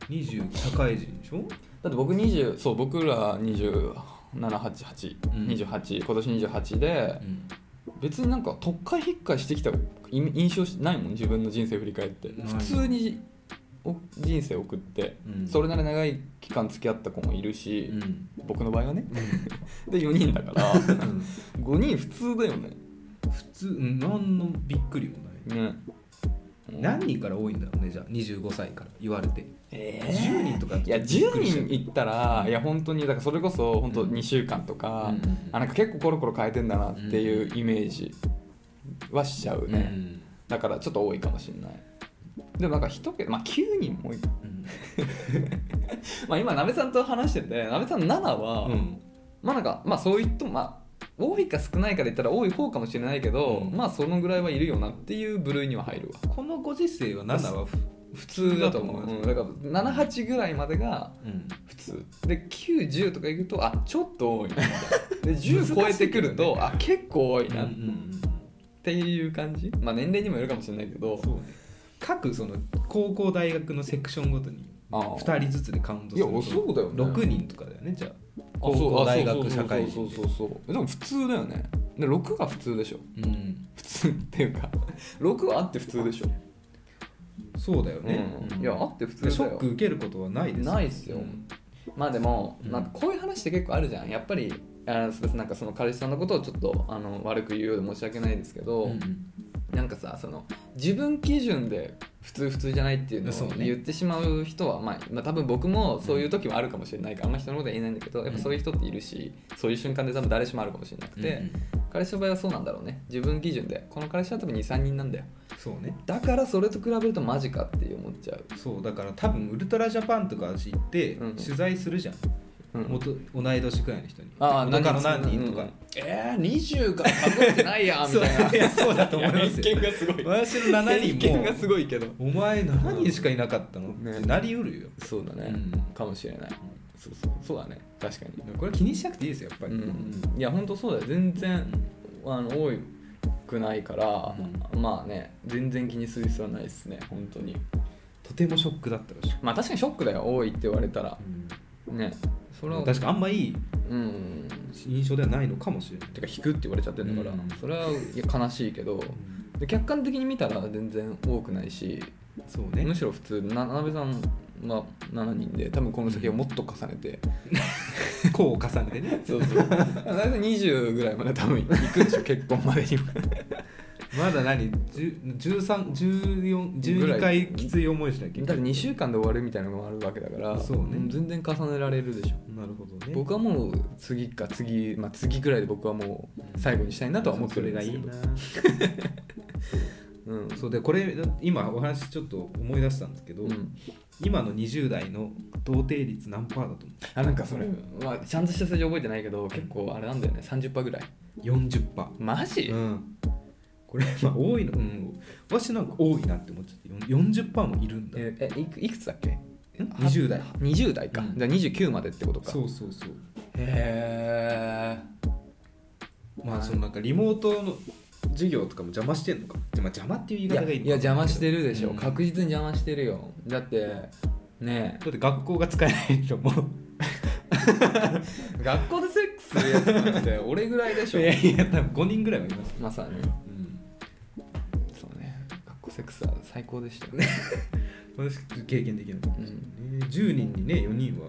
[SPEAKER 1] 20社会人でしょ
[SPEAKER 2] だって僕20そう僕ら278828、
[SPEAKER 1] うん
[SPEAKER 2] 28今年28で別になんかとっかえひっかえしてきたい印象しないもん自分の人生振り返って
[SPEAKER 1] ない
[SPEAKER 2] 普通にお人生送って、
[SPEAKER 1] うん
[SPEAKER 2] それなり長い期間付き合った子もいるし、
[SPEAKER 1] うん
[SPEAKER 2] 僕の場合はね
[SPEAKER 1] う
[SPEAKER 2] で4人だから5
[SPEAKER 1] ん
[SPEAKER 2] 人普通だよね
[SPEAKER 1] 普通うん何のびっくりもない
[SPEAKER 2] ね
[SPEAKER 1] 何人から多いんだろうねじゃあ25歳から言われて
[SPEAKER 2] えー
[SPEAKER 1] 10人とか
[SPEAKER 2] いや10人いったらいや本当にだからそれこそ本当2週間とか、
[SPEAKER 1] うん
[SPEAKER 2] あなんか結構コロコロ変えてんだなっていうイメージはしちゃう
[SPEAKER 1] う
[SPEAKER 2] ね、
[SPEAKER 1] ん
[SPEAKER 2] だからちょっと多いかもしれないでもなんか1桁まあ9人もい
[SPEAKER 1] うん
[SPEAKER 2] まあ今なべさんと話しててなべさん7は、
[SPEAKER 1] うん
[SPEAKER 2] まあなんかまあそういっとまあ多いか少ないかで言ったら多い方かもしれないけど、
[SPEAKER 1] うん
[SPEAKER 2] まあそのぐらいはいるよなっていう部類には入るわ
[SPEAKER 1] このご時世は7はふ
[SPEAKER 2] 普通だと思う、
[SPEAKER 1] 普通だと思う
[SPEAKER 2] うんだから78ぐらいまでが
[SPEAKER 1] うん
[SPEAKER 2] 普通で910とか行くとあちょっと 多いなみたいなで10超えてくると、あ結構多いな
[SPEAKER 1] う
[SPEAKER 2] っ
[SPEAKER 1] ん
[SPEAKER 2] ていう感じ、まあ年齢にもよるかもしれないけど
[SPEAKER 1] そうね各その高校大学のセクションごとに
[SPEAKER 2] あー
[SPEAKER 1] 2人ずつでカウントする
[SPEAKER 2] いやそうだよね
[SPEAKER 1] 6人とかだよねじゃあ
[SPEAKER 2] あ
[SPEAKER 1] 高
[SPEAKER 2] そう
[SPEAKER 1] 校
[SPEAKER 2] あ
[SPEAKER 1] 大
[SPEAKER 2] そうそ
[SPEAKER 1] 学
[SPEAKER 2] う
[SPEAKER 1] 社会
[SPEAKER 2] そ
[SPEAKER 1] 人
[SPEAKER 2] うそうそうそうでも普通だよねで6が普通でしょ
[SPEAKER 1] うん
[SPEAKER 2] 普通っていうか6はあって普通でしょ、
[SPEAKER 1] そうだよね
[SPEAKER 2] うんいやあって普通だよ
[SPEAKER 1] ショック受けることはないです
[SPEAKER 2] ないっすよ
[SPEAKER 1] うん
[SPEAKER 2] まあでも、
[SPEAKER 1] うん
[SPEAKER 2] なんかこういう話って結構あるじゃんやっぱりあすいませんなんかその彼氏さんのことをちょっとあの悪く言うようで申し訳ないですけど、
[SPEAKER 1] うん
[SPEAKER 2] なんかさその自分基準で普通普通じゃないっていうの
[SPEAKER 1] そう
[SPEAKER 2] を
[SPEAKER 1] ね
[SPEAKER 2] 言ってしまう人は、まあ、まあ多分僕もそういう時はあるかもしれないからあんま人のことは言えないんだけどやっぱそういう人っているしそういう瞬間で多分誰しもあるかもしれなくて、
[SPEAKER 1] うん
[SPEAKER 2] 彼氏の場合はそうなんだろうね自分基準でこの彼氏は多分23人なんだよ
[SPEAKER 1] そうね
[SPEAKER 2] だからそれと比べるとマジかって思っちゃう、
[SPEAKER 1] そうだから多分ウルトラジャパンとか私行って
[SPEAKER 2] うん
[SPEAKER 1] 取材するじゃん、
[SPEAKER 2] うん
[SPEAKER 1] 元同い年くらいの人に
[SPEAKER 2] ああ
[SPEAKER 1] 元から
[SPEAKER 2] 何
[SPEAKER 1] 何
[SPEAKER 2] 人
[SPEAKER 1] 人とか、
[SPEAKER 2] うんえー、20か数えてないやみ
[SPEAKER 1] そう
[SPEAKER 2] たいない
[SPEAKER 1] やそうだと思います
[SPEAKER 2] 偏
[SPEAKER 1] よ
[SPEAKER 2] 見がすごい
[SPEAKER 1] 私の7
[SPEAKER 2] 偏見が
[SPEAKER 1] 人
[SPEAKER 2] すごいけど
[SPEAKER 1] もお前7人しかいなかったの、
[SPEAKER 2] ね
[SPEAKER 1] ってなりうるよ、
[SPEAKER 2] そうだね、
[SPEAKER 1] うん
[SPEAKER 2] かもしれないそうそうそうだね確かに
[SPEAKER 1] これは気にしなくていいですよやっぱり、
[SPEAKER 2] うん、いや本当そうだよ全然あの多くないから、まあね全然気にする必要はないですね本当に
[SPEAKER 1] とてもショックだったらしい、
[SPEAKER 2] まあ確かにショックだよ多いって言われたらねそれは
[SPEAKER 1] 確かあんまいい
[SPEAKER 2] うん
[SPEAKER 1] 印象ではないのかもしれない
[SPEAKER 2] てか引くって言われちゃってるんだから、
[SPEAKER 1] うん
[SPEAKER 2] それはいや悲しいけどで客観的に見たら全然多くないし
[SPEAKER 1] そうね
[SPEAKER 2] むしろ普通ななべさんは7人で多分この先はもっと重ねて
[SPEAKER 1] こう重ねてね
[SPEAKER 2] そうそう大体20ぐらいまで多分行く でしょ結婚までには
[SPEAKER 1] まだ何
[SPEAKER 2] ぐら
[SPEAKER 1] 1314
[SPEAKER 2] い
[SPEAKER 1] 回きつい思いしなきゃいけ
[SPEAKER 2] だ
[SPEAKER 1] な
[SPEAKER 2] っ
[SPEAKER 1] い
[SPEAKER 2] て2週間で終わるみたいなのがあるわけだから
[SPEAKER 1] そうね
[SPEAKER 2] 全然重ねられるでしょ
[SPEAKER 1] なるほどね
[SPEAKER 2] 僕はもう次か次、まあ、次ぐらいで僕はもう最後にしたいなとは思ってるんですけど
[SPEAKER 1] それがいいな
[SPEAKER 2] うん
[SPEAKER 1] そうでこれ今お話ちょっと思い出したんですけど、
[SPEAKER 2] うん
[SPEAKER 1] 今の20代の童貞率何パーだと思
[SPEAKER 2] あなんかそれ、まあ、ちゃんとした数字覚えてないけど結構あれなんだよね30%ぐらいう
[SPEAKER 1] 40パ
[SPEAKER 2] マジ、
[SPEAKER 1] ー、うん、これまあ多いの、うん、私なんか多いなって思っちゃって40パーもいるんだ、
[SPEAKER 2] ええいくいくつだっけ
[SPEAKER 1] ん20代
[SPEAKER 2] 20代か、
[SPEAKER 1] うん
[SPEAKER 2] じゃあ29までってことか
[SPEAKER 1] そうそうそう
[SPEAKER 2] へ
[SPEAKER 1] まあそのなんかリモートの授業とかも邪魔してんのか、まあ、邪魔っていう
[SPEAKER 2] え
[SPEAKER 1] 言い方がいいのか
[SPEAKER 2] いや邪魔してるでしょ、
[SPEAKER 1] うん
[SPEAKER 2] 確実に邪魔してるよだってね
[SPEAKER 1] だって学校が使えないと思う
[SPEAKER 2] え学校でセックスするやつな んて俺ぐらいでしょ
[SPEAKER 1] いやいや多分5人ぐらいはいます、
[SPEAKER 2] まさ
[SPEAKER 1] う
[SPEAKER 2] に
[SPEAKER 1] ん、
[SPEAKER 2] そうね学校セックスは最高でしたよ
[SPEAKER 1] 私経験できなかったですよね、10人にね4人は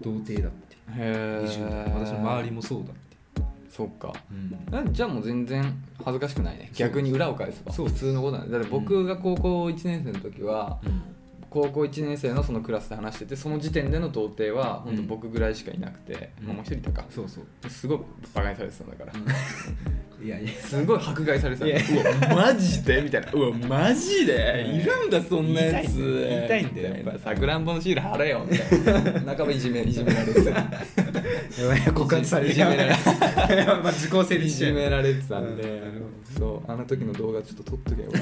[SPEAKER 1] 童貞だって
[SPEAKER 2] へえ
[SPEAKER 1] 20代私の周りもそうだって、
[SPEAKER 2] そうか
[SPEAKER 1] うん
[SPEAKER 2] あじゃあもう全然恥ずかしくないね
[SPEAKER 1] そう
[SPEAKER 2] 逆に裏を返せば
[SPEAKER 1] そう
[SPEAKER 2] 普通のことなんでだって僕が高校1年生の時は、高校1年生のそのクラスで話しててその時点での童貞は本当僕ぐらいしかいなくて、
[SPEAKER 1] うん
[SPEAKER 2] まあもう一人いたか
[SPEAKER 1] そうそう
[SPEAKER 2] すごいバカにされてたんだから、
[SPEAKER 1] いやいや
[SPEAKER 2] すごい迫害され
[SPEAKER 1] いや
[SPEAKER 2] てたうわマジでみたいなうわマジでいるんだそんなやつ
[SPEAKER 1] 言いたいんだよ
[SPEAKER 2] みたなさくらんぼのシール貼れよみたいな半ばいじめいじめられてた
[SPEAKER 1] やばい 告発され
[SPEAKER 2] いじめられ
[SPEAKER 1] れ まあ自己成
[SPEAKER 2] い
[SPEAKER 1] 立しち
[SPEAKER 2] じ
[SPEAKER 1] ゃう
[SPEAKER 2] められてたんで、
[SPEAKER 1] うんなるほ
[SPEAKER 2] そうあの時の動画ちょっと撮っとけよ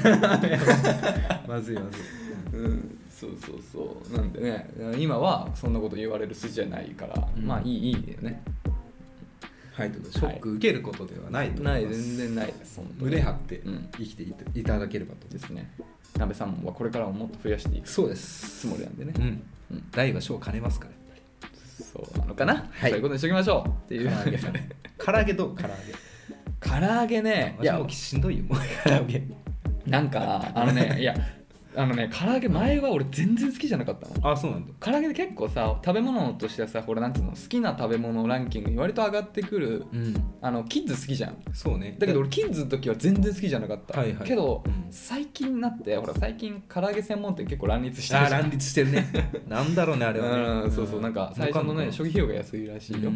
[SPEAKER 1] まずいまずい
[SPEAKER 2] うんそうそうそうなんでね今はそんなこと言われる筋じゃないから、
[SPEAKER 1] うん
[SPEAKER 2] まあいいいいよね
[SPEAKER 1] はいということでショック受けることではないと思いま
[SPEAKER 2] な
[SPEAKER 1] す、
[SPEAKER 2] い全然ないです本当に
[SPEAKER 1] 胸張って
[SPEAKER 2] うん
[SPEAKER 1] 生きていたいただければと
[SPEAKER 2] ですね鍋さんはこれからももっと増やしていく
[SPEAKER 1] そうです
[SPEAKER 2] つもりなんでね
[SPEAKER 1] うん
[SPEAKER 2] うん
[SPEAKER 1] 大は小を兼ねますからやっぱり
[SPEAKER 2] そうなのかな、
[SPEAKER 1] はい
[SPEAKER 2] そういうことにしときましょうっていう
[SPEAKER 1] 唐揚げさん唐揚げどう唐揚
[SPEAKER 2] 唐揚げね
[SPEAKER 1] げ
[SPEAKER 2] い
[SPEAKER 1] いや
[SPEAKER 2] や
[SPEAKER 1] もうしんどいよもう唐揚げ
[SPEAKER 2] なん かあのねいやあのね唐揚げ前は俺全然好きじゃなかったの
[SPEAKER 1] あそうなんだ
[SPEAKER 2] 唐揚げで結構さ食べ物としてさほらなんつうの好きな食べ物ランキングに割と上がってくる
[SPEAKER 1] うん
[SPEAKER 2] あのキッズ好きじゃん
[SPEAKER 1] そうね
[SPEAKER 2] だけど俺キッズの時は全然好きじゃなかった、
[SPEAKER 1] はいはい
[SPEAKER 2] けど、
[SPEAKER 1] うん
[SPEAKER 2] 最近になってほら最近唐揚げ専門店結構乱立して
[SPEAKER 1] あ
[SPEAKER 2] る
[SPEAKER 1] ー
[SPEAKER 2] じゃん
[SPEAKER 1] 乱立してるね なんだろうねあれは
[SPEAKER 2] う
[SPEAKER 1] ね
[SPEAKER 2] んそうそうなんか最初のね
[SPEAKER 1] 期
[SPEAKER 2] 初期費用が安いらしいよ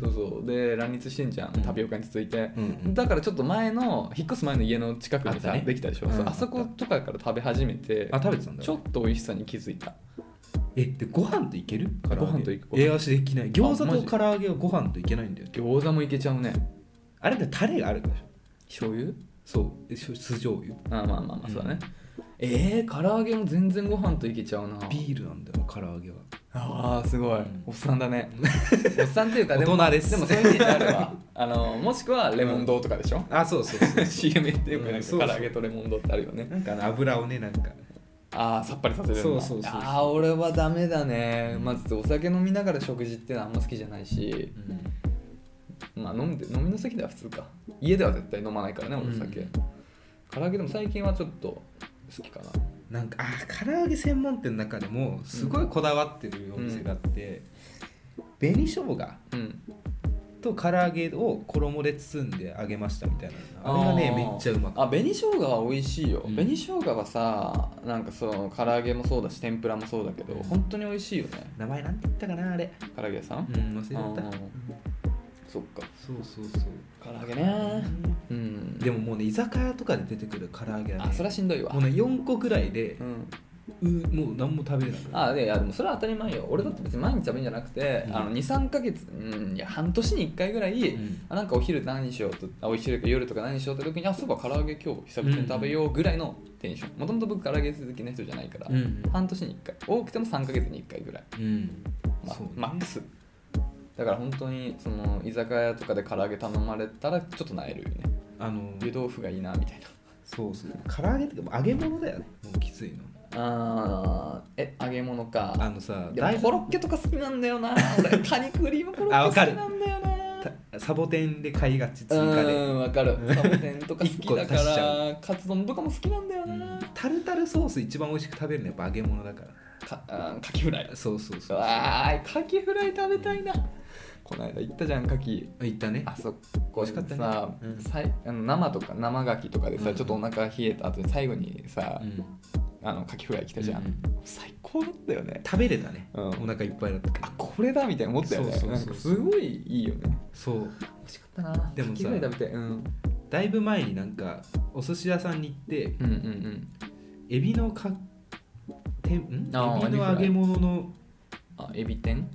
[SPEAKER 2] そうそうで乱立してんじゃん、
[SPEAKER 1] うん
[SPEAKER 2] タピオカに続いて、
[SPEAKER 1] うんうん
[SPEAKER 2] だからちょっと前の引っ越す前の家の近くに
[SPEAKER 1] あ
[SPEAKER 2] さ、
[SPEAKER 1] ったね
[SPEAKER 2] できたでしょ、そううんあそことかから食べ始めて
[SPEAKER 1] あ食べてたんだ
[SPEAKER 2] ちょっと美味しさに気づいた
[SPEAKER 1] えでご飯といける
[SPEAKER 2] ご飯といくご飯
[SPEAKER 1] え足できない餃
[SPEAKER 2] あマ
[SPEAKER 1] 子
[SPEAKER 2] ジ
[SPEAKER 1] と唐揚げはご飯といけないんだよ
[SPEAKER 2] 餃子もいけちゃうね
[SPEAKER 1] あれってタレがあるでしょ
[SPEAKER 2] 醤油
[SPEAKER 1] そうえしょ酢醤油
[SPEAKER 2] あまあまあまあそうだね、えー、唐揚げも全然ご飯といけちゃうな
[SPEAKER 1] ビールなんだよ唐揚げは
[SPEAKER 2] ああすごい
[SPEAKER 1] ん
[SPEAKER 2] おっさんだね おっさんっていうかでも
[SPEAKER 1] 大人です
[SPEAKER 2] でもそういうイメージあ るわあのもしくはレモン丼とかでしょ、
[SPEAKER 1] あそうそう そ
[SPEAKER 2] CM ってよくな
[SPEAKER 1] うんん
[SPEAKER 2] か
[SPEAKER 1] そう
[SPEAKER 2] 唐
[SPEAKER 1] そう
[SPEAKER 2] 揚げとレモン丼ってあるよね
[SPEAKER 1] なんかあの油をねなんか
[SPEAKER 2] ああさっぱりさせるんだ
[SPEAKER 1] そうそうそうそう
[SPEAKER 2] ああ俺はダメだねまずお酒飲みながら食事ってのはあんま好きじゃないしまあ飲んで飲みの席では普通か家では絶対飲まないからね俺お酒、
[SPEAKER 1] うん
[SPEAKER 2] 唐揚げでも最近はちょっと好きかな
[SPEAKER 1] なんかあー唐揚げ専門店の中でもすごいこだわってるお店があって、紅生姜
[SPEAKER 2] うん
[SPEAKER 1] と唐揚げを衣で包んで揚げましたみたいなあれがね
[SPEAKER 2] ー
[SPEAKER 1] めっちゃうまかっ
[SPEAKER 2] あ紅生姜は美味しいよ、
[SPEAKER 1] うん
[SPEAKER 2] 紅生姜はさなんかその唐揚げもそうだし天ぷらもそうだけど
[SPEAKER 1] うん
[SPEAKER 2] 本当に美味しいよね
[SPEAKER 1] た名前なんて言ったかなあれ
[SPEAKER 2] 唐揚げ屋さん、
[SPEAKER 1] うん忘れちゃ
[SPEAKER 2] あ
[SPEAKER 1] った
[SPEAKER 2] ーそっか
[SPEAKER 1] そうそうそう
[SPEAKER 2] 唐揚げねうん
[SPEAKER 1] でももうね居酒屋とかで出てくる唐揚げは
[SPEAKER 2] あ
[SPEAKER 1] ね
[SPEAKER 2] それはしんどいわ
[SPEAKER 1] もうね4個ぐらいで
[SPEAKER 2] う、ん、
[SPEAKER 1] うもう何も食べれなくなる
[SPEAKER 2] あでいやでもそれは当たり前よ俺だって別に毎日食べるんじゃなくて、
[SPEAKER 1] うん
[SPEAKER 2] あの23か月、うん、いや半年に1回ぐらい、
[SPEAKER 1] うん
[SPEAKER 2] あなんかお昼何にしようとあお昼か夜とか何にしようって時にあそういえば唐揚げ今日久々に食べようぐらいのテンションもともと僕唐揚げ好きな人じゃないから、
[SPEAKER 1] うん
[SPEAKER 2] 半年に1回多くても3か月に1回ぐらい、
[SPEAKER 1] うん
[SPEAKER 2] まあ
[SPEAKER 1] そうね
[SPEAKER 2] マックスだから本当にその居酒屋とかで唐揚げ頼まれたらちょっとなえるよね
[SPEAKER 1] あの
[SPEAKER 2] 湯豆腐がいいなみたいな
[SPEAKER 1] そうそう唐揚げってかもう揚げ物だよねもうきついの
[SPEAKER 2] あーえ揚げ物か
[SPEAKER 1] あのさ
[SPEAKER 2] でもコロッケとか好きなんだよ な俺カニクリームコロ
[SPEAKER 1] あ
[SPEAKER 2] ッ
[SPEAKER 1] わ
[SPEAKER 2] ケ
[SPEAKER 1] か
[SPEAKER 2] 好
[SPEAKER 1] る
[SPEAKER 2] きなんだよな
[SPEAKER 1] たサボテンで買いがち追
[SPEAKER 2] う
[SPEAKER 1] 加で
[SPEAKER 2] んわかるサボテンとか好きだ
[SPEAKER 1] 一個
[SPEAKER 2] か
[SPEAKER 1] 足しちゃ
[SPEAKER 2] らカツ丼とかも好きなんだよな
[SPEAKER 1] タルタルソース一番美味しく食べるのはやっぱ揚げ物だから
[SPEAKER 2] かあーカキフライ
[SPEAKER 1] そうそうそう
[SPEAKER 2] あーカキフライ食べたいなこの間行ったじゃんカキ
[SPEAKER 1] いったね
[SPEAKER 2] あそ
[SPEAKER 1] 美
[SPEAKER 2] こ
[SPEAKER 1] 味しかったね
[SPEAKER 2] さ、
[SPEAKER 1] うん
[SPEAKER 2] さいあの生とか生ガキとかでさ、
[SPEAKER 1] うん
[SPEAKER 2] ちょっとお腹冷えた後に最後にさ、
[SPEAKER 1] うん
[SPEAKER 2] あのカキフライ来たじゃん、
[SPEAKER 1] うん
[SPEAKER 2] 最高だったよね
[SPEAKER 1] 食べれたね、
[SPEAKER 2] うん
[SPEAKER 1] お腹いっぱいだったけど
[SPEAKER 2] あこれだみたいな思ったよね
[SPEAKER 1] そうそうそう
[SPEAKER 2] なんかすごいいいよね
[SPEAKER 1] そう
[SPEAKER 2] 美味しかったな
[SPEAKER 1] でもさ
[SPEAKER 2] カキフライ食べて、うん、
[SPEAKER 1] だいぶ前になんかお寿司屋さんに行って
[SPEAKER 2] うんうん
[SPEAKER 1] エビのかてんエビ
[SPEAKER 2] あー
[SPEAKER 1] の揚げ物の
[SPEAKER 2] うんあエビ天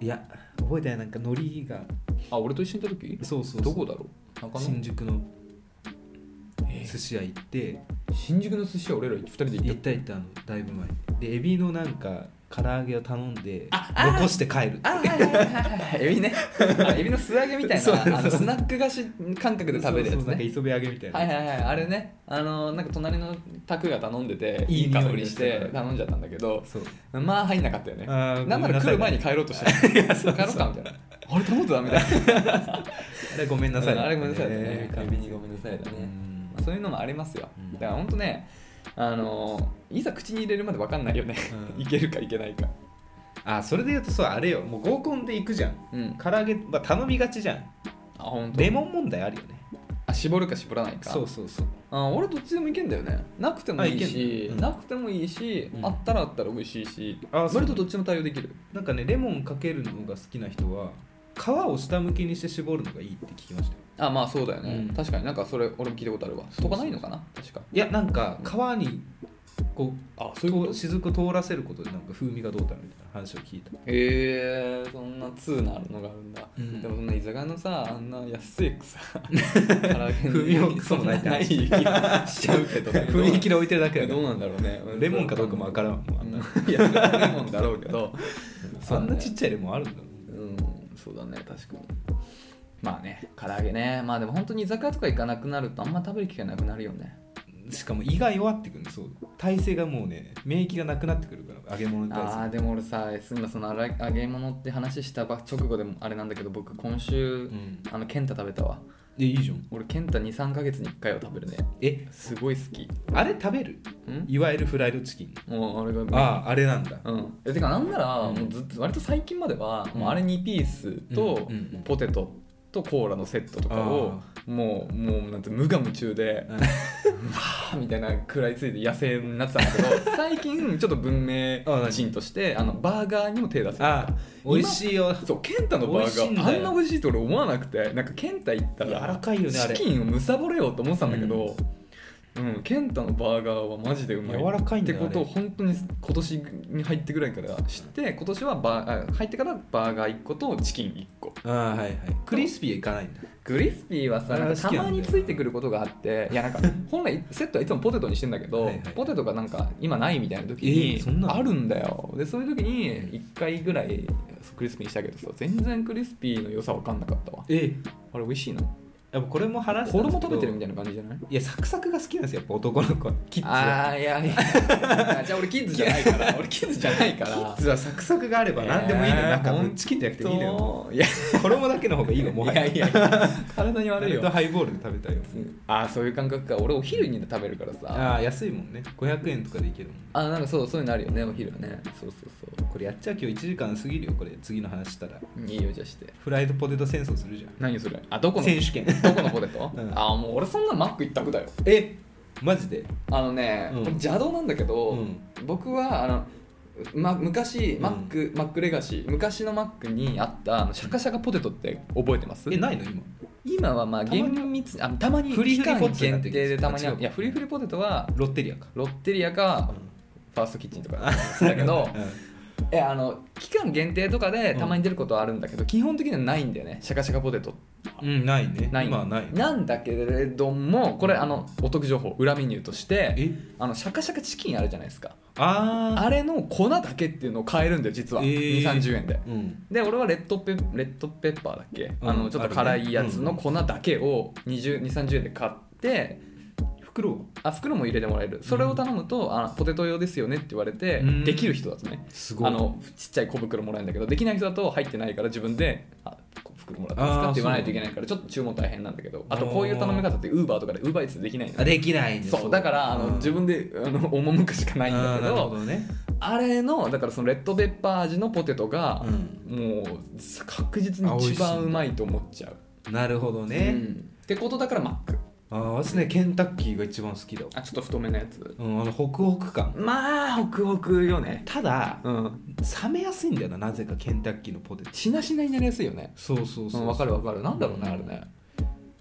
[SPEAKER 1] いや覚えてないなんか海苔が
[SPEAKER 2] あ俺と一緒にいた時
[SPEAKER 1] そうそうそう
[SPEAKER 2] どこだろう中野
[SPEAKER 1] 新宿の
[SPEAKER 2] えー
[SPEAKER 1] 寿司屋行って
[SPEAKER 2] 新宿の寿司は俺ら2人で行
[SPEAKER 1] 行
[SPEAKER 2] っ
[SPEAKER 1] った行ったあのだいぶ前でエビのなんか唐揚げを頼んで
[SPEAKER 2] ああー
[SPEAKER 1] 残して帰るって
[SPEAKER 2] あはいはいはいはいエビねあエビの素揚げみた い
[SPEAKER 1] そう
[SPEAKER 2] な
[SPEAKER 1] そう
[SPEAKER 2] あのスナック菓子感覚で食べるや
[SPEAKER 1] そうそうな
[SPEAKER 2] つ
[SPEAKER 1] んか
[SPEAKER 2] ね
[SPEAKER 1] 磯辺揚げみたいな、
[SPEAKER 2] はいはいはいあれねあのなんか隣の宅が頼んでて
[SPEAKER 1] いい
[SPEAKER 2] いい香りし
[SPEAKER 1] 匂いがして
[SPEAKER 2] て
[SPEAKER 1] た
[SPEAKER 2] 頼んじゃったんだけど
[SPEAKER 1] そう
[SPEAKER 2] まあ入んなかったよね
[SPEAKER 1] あー
[SPEAKER 2] なんなら来る前に帰ろうとして た帰ろうかみたいなあれ頼んでたみたいな
[SPEAKER 1] あれごめんなさい、
[SPEAKER 2] あれごめんなさいだね
[SPEAKER 1] 完
[SPEAKER 2] エ
[SPEAKER 1] 全
[SPEAKER 2] ビ
[SPEAKER 1] に
[SPEAKER 2] にごめんなさいだ
[SPEAKER 1] う
[SPEAKER 2] ね
[SPEAKER 1] ん
[SPEAKER 2] まあそういうのもありますよ
[SPEAKER 1] うん
[SPEAKER 2] だからほんとねあのいざ口に入れるまで分かんないよね
[SPEAKER 1] うん
[SPEAKER 2] いけるかいけないか
[SPEAKER 1] あそれで言うとそうあれよもう合コンで行くじゃん
[SPEAKER 2] うん
[SPEAKER 1] 唐揚げ、まあ、頼みがちじゃん
[SPEAKER 2] あ本当
[SPEAKER 1] レ。モン問題あるよね
[SPEAKER 2] あ絞るか絞らないか
[SPEAKER 1] そうそうそう
[SPEAKER 2] あ俺どっちでもいけんだよねなくてもいい
[SPEAKER 1] あいけ
[SPEAKER 2] し
[SPEAKER 1] んだうん
[SPEAKER 2] なくてもいいし、
[SPEAKER 1] うん
[SPEAKER 2] あったらあったら美味しいし
[SPEAKER 1] あそう
[SPEAKER 2] 割とどっちも対応できる
[SPEAKER 1] なんかねレモンかけるのが好きな人は皮を下向きにして絞るのがいいって聞きましたよ
[SPEAKER 2] あまあそうだよね、
[SPEAKER 1] うん
[SPEAKER 2] 確かになんかそれ俺も聞いたことあるわ
[SPEAKER 1] うそ
[SPEAKER 2] と
[SPEAKER 1] う
[SPEAKER 2] かないのかな確か
[SPEAKER 1] いやなんか皮にこう
[SPEAKER 2] あそういうこと
[SPEAKER 1] と雫を通らせることでなんか風味がどうだろうみたいな話を聞いた
[SPEAKER 2] えー、そんな通なのがあるんだ、
[SPEAKER 1] うん
[SPEAKER 2] でもそんな居酒屋のさあんな安い さ風
[SPEAKER 1] 風味を
[SPEAKER 2] そんな
[SPEAKER 1] そう
[SPEAKER 2] な
[SPEAKER 1] ない
[SPEAKER 2] い気がしちゃうけど
[SPEAKER 1] 雰囲気で置いてるだけだよ
[SPEAKER 2] どう
[SPEAKER 1] ね
[SPEAKER 2] なんだろうね
[SPEAKER 1] レモンかどうかもわかららんもんあんな、
[SPEAKER 2] いやそれはレモンだろうけど
[SPEAKER 1] そんなちっちゃいレモンあるんだもん
[SPEAKER 2] うんそうだね確かにまあね唐揚げねまあでも本当に居酒屋とか行かなくなるとあんま食べる機会なくなるよね
[SPEAKER 1] しかも胃が弱ってくるんでそう体勢がもうね免疫がなくなってくるから揚げ物に対す
[SPEAKER 2] あー
[SPEAKER 1] る
[SPEAKER 2] でも俺さ今そのあら揚げ物って話したば直後でもあれなんだけど僕今
[SPEAKER 1] う
[SPEAKER 2] 週、
[SPEAKER 1] ん
[SPEAKER 2] あのケンタ食べたわ
[SPEAKER 1] えいいじゃん
[SPEAKER 2] 俺ケンタ23ヶ月に1回は食べるね
[SPEAKER 1] え
[SPEAKER 2] すごい好き
[SPEAKER 1] あれ食べる
[SPEAKER 2] ん
[SPEAKER 1] いわゆるフライドチキン
[SPEAKER 2] もうあれが
[SPEAKER 1] あああれなんだ
[SPEAKER 2] うん、えてかなんなら、
[SPEAKER 1] うん
[SPEAKER 2] もうずっと割と最近までは、
[SPEAKER 1] うん
[SPEAKER 2] もうあれ2ピースと、
[SPEAKER 1] うんうんうん
[SPEAKER 2] ポテトとコーラのセットとかをもうもうなんて無我夢中で、
[SPEAKER 1] う
[SPEAKER 2] うんわーみたいな食らいついて野生になってたんだけ ど最近ちょっと文明人としてあのバーガーにも手出す
[SPEAKER 1] あ
[SPEAKER 2] 今
[SPEAKER 1] 美味しいよ
[SPEAKER 2] そうケンタの
[SPEAKER 1] 美
[SPEAKER 2] バ
[SPEAKER 1] 味しいん
[SPEAKER 2] ー
[SPEAKER 1] だ
[SPEAKER 2] ガ
[SPEAKER 1] よ
[SPEAKER 2] ーあんな美味しいと俺思わなくてなんかケンタ行った
[SPEAKER 1] 柔ら
[SPEAKER 2] ら
[SPEAKER 1] かいよねあれ
[SPEAKER 2] チキンをむさぼれようと思ってたんだけど、うんケンタのバーガーはマジでうまい
[SPEAKER 1] 柔らかいんだよ
[SPEAKER 2] ってことを
[SPEAKER 1] あれ
[SPEAKER 2] 本当に今年に入ってぐらいから知って今年はバーあ入ってからバーガー1個とチキン1個
[SPEAKER 1] ああはいはいクリスピーはいかないんだ
[SPEAKER 2] グリスピーはさ
[SPEAKER 1] あれ
[SPEAKER 2] な
[SPEAKER 1] は
[SPEAKER 2] ん
[SPEAKER 1] 好
[SPEAKER 2] か
[SPEAKER 1] き
[SPEAKER 2] た
[SPEAKER 1] なんだよ
[SPEAKER 2] まについてくることがあってい やなんか本来セットはいつもポテトにしてんだけど、
[SPEAKER 1] はいはい
[SPEAKER 2] ポテトがなんか今ないみたいな時
[SPEAKER 1] え
[SPEAKER 2] に
[SPEAKER 1] ーそんなの
[SPEAKER 2] あるんだよでそういう時に1回ぐらいクリスピーにしたけどさ全然クリスピーの良さ分かんなかったわ
[SPEAKER 1] え
[SPEAKER 2] あれ美味しいな
[SPEAKER 1] やっぱこれも話したん
[SPEAKER 2] 衣
[SPEAKER 1] ですけど
[SPEAKER 2] 食べてるみたいな感じじゃない
[SPEAKER 1] いやサクサクが好きなんですよやっぱ男の子はキッズは
[SPEAKER 2] ああい やいやじゃあ俺キッズじゃないから俺キッズじゃないから
[SPEAKER 1] キッズはサクサクがあれば何でもいいのよ、
[SPEAKER 2] えー
[SPEAKER 1] なんか
[SPEAKER 2] ほんと
[SPEAKER 1] チキンじゃなくていいの よ
[SPEAKER 2] いや
[SPEAKER 1] 衣だけの方がいいわもはいや
[SPEAKER 2] やいやいや体に
[SPEAKER 1] あ
[SPEAKER 2] 悪い
[SPEAKER 1] れ
[SPEAKER 2] よ
[SPEAKER 1] とハイボールで食べたいよ
[SPEAKER 2] ああそういう感覚か俺お昼に食べるからさ
[SPEAKER 1] ああ安いもんね500円とかでいけるもんね
[SPEAKER 2] あなんかそうそういうのあるよねお昼はねそうそうそ
[SPEAKER 1] これやっちゃう今日1時間過ぎるよこれ次の話したら
[SPEAKER 2] ういいよじゃあして
[SPEAKER 1] フライドポテト戦争するじゃ
[SPEAKER 2] 何それあどこ
[SPEAKER 1] ん
[SPEAKER 2] の
[SPEAKER 1] 選手権
[SPEAKER 2] どこのポテト、
[SPEAKER 1] うん
[SPEAKER 2] あもう俺そんなマック一択だよ
[SPEAKER 1] えマジで
[SPEAKER 2] あのね、
[SPEAKER 1] うん
[SPEAKER 2] これ邪道なんだけど、
[SPEAKER 1] うん
[SPEAKER 2] 僕はあのま、昔マック、マックレガシー昔のマックにあったあのシャカシャカポテトって覚えてます
[SPEAKER 1] えないの今
[SPEAKER 2] 今はまあ
[SPEAKER 1] たまに
[SPEAKER 2] 厳密あたまに
[SPEAKER 1] フリフリ
[SPEAKER 2] 期間
[SPEAKER 1] ポテトになっ
[SPEAKER 2] 限
[SPEAKER 1] て
[SPEAKER 2] 定
[SPEAKER 1] る
[SPEAKER 2] でたまにあ
[SPEAKER 1] あ違う
[SPEAKER 2] るいやフリフリポテトは
[SPEAKER 1] ロッテリアか
[SPEAKER 2] ロッテリアかファーストキッチンと かだけどえあの期間限定とかでたまに出ることはあるんだけど、基本的にはないんだよねシャカシャカポテトって
[SPEAKER 1] うん、うんないね
[SPEAKER 2] ない
[SPEAKER 1] 今はない
[SPEAKER 2] なんだけれどもこれあのお得情報裏メニューとして
[SPEAKER 1] え
[SPEAKER 2] あのシャカシャカチキンあるじゃないですか
[SPEAKER 1] あ
[SPEAKER 2] あれの粉だけっていうのを買えるんだよ実は、
[SPEAKER 1] えー
[SPEAKER 2] 2 3 0円で
[SPEAKER 1] あうん
[SPEAKER 2] で俺はレッドペレッドペッパーだっけ、
[SPEAKER 1] うん
[SPEAKER 2] あのちょっと辛いやつの粉だけを2 0 2 3 0円で買って
[SPEAKER 1] 袋は
[SPEAKER 2] あ袋も入れてもらえるそれを頼むと、あポテト用ですよねって言われて、
[SPEAKER 1] うん
[SPEAKER 2] できる人だとね
[SPEAKER 1] す
[SPEAKER 2] あのちっちゃい小袋もらえるんだけどできない人だと入ってないから自分で「あ小袋もらってます
[SPEAKER 1] あー
[SPEAKER 2] か?」って言わないといけないからちょっと注文大変なんだけどあと
[SPEAKER 1] あー
[SPEAKER 2] こういう頼み方ってウーバーとかでウーバーイーツできないの
[SPEAKER 1] できないね
[SPEAKER 2] そうだからあ
[SPEAKER 1] うん
[SPEAKER 2] の自分であの赴くしかないんだ
[SPEAKER 1] あー
[SPEAKER 2] け
[SPEAKER 1] なるほ
[SPEAKER 2] ど
[SPEAKER 1] どね、
[SPEAKER 2] あれのだからそのレッドペッパー味のポテトが
[SPEAKER 1] う、
[SPEAKER 2] もう確実に一番うまいと思っちゃうん
[SPEAKER 1] なるほど
[SPEAKER 2] う
[SPEAKER 1] ね、
[SPEAKER 2] んってことだからマック
[SPEAKER 1] ああ私ねケンタッキーが一番好きだわ、
[SPEAKER 2] あちょっと太めのやつ
[SPEAKER 1] うん、あのホクホク感
[SPEAKER 2] まあホクホクよね
[SPEAKER 1] ただ
[SPEAKER 2] うん
[SPEAKER 1] 冷めやすいんだよななぜかケンタッキーのポテト
[SPEAKER 2] しなしなになりやすいよね
[SPEAKER 1] そうそう
[SPEAKER 2] う
[SPEAKER 1] そ
[SPEAKER 2] ん
[SPEAKER 1] う
[SPEAKER 2] わかるわかるなんだろうねあれね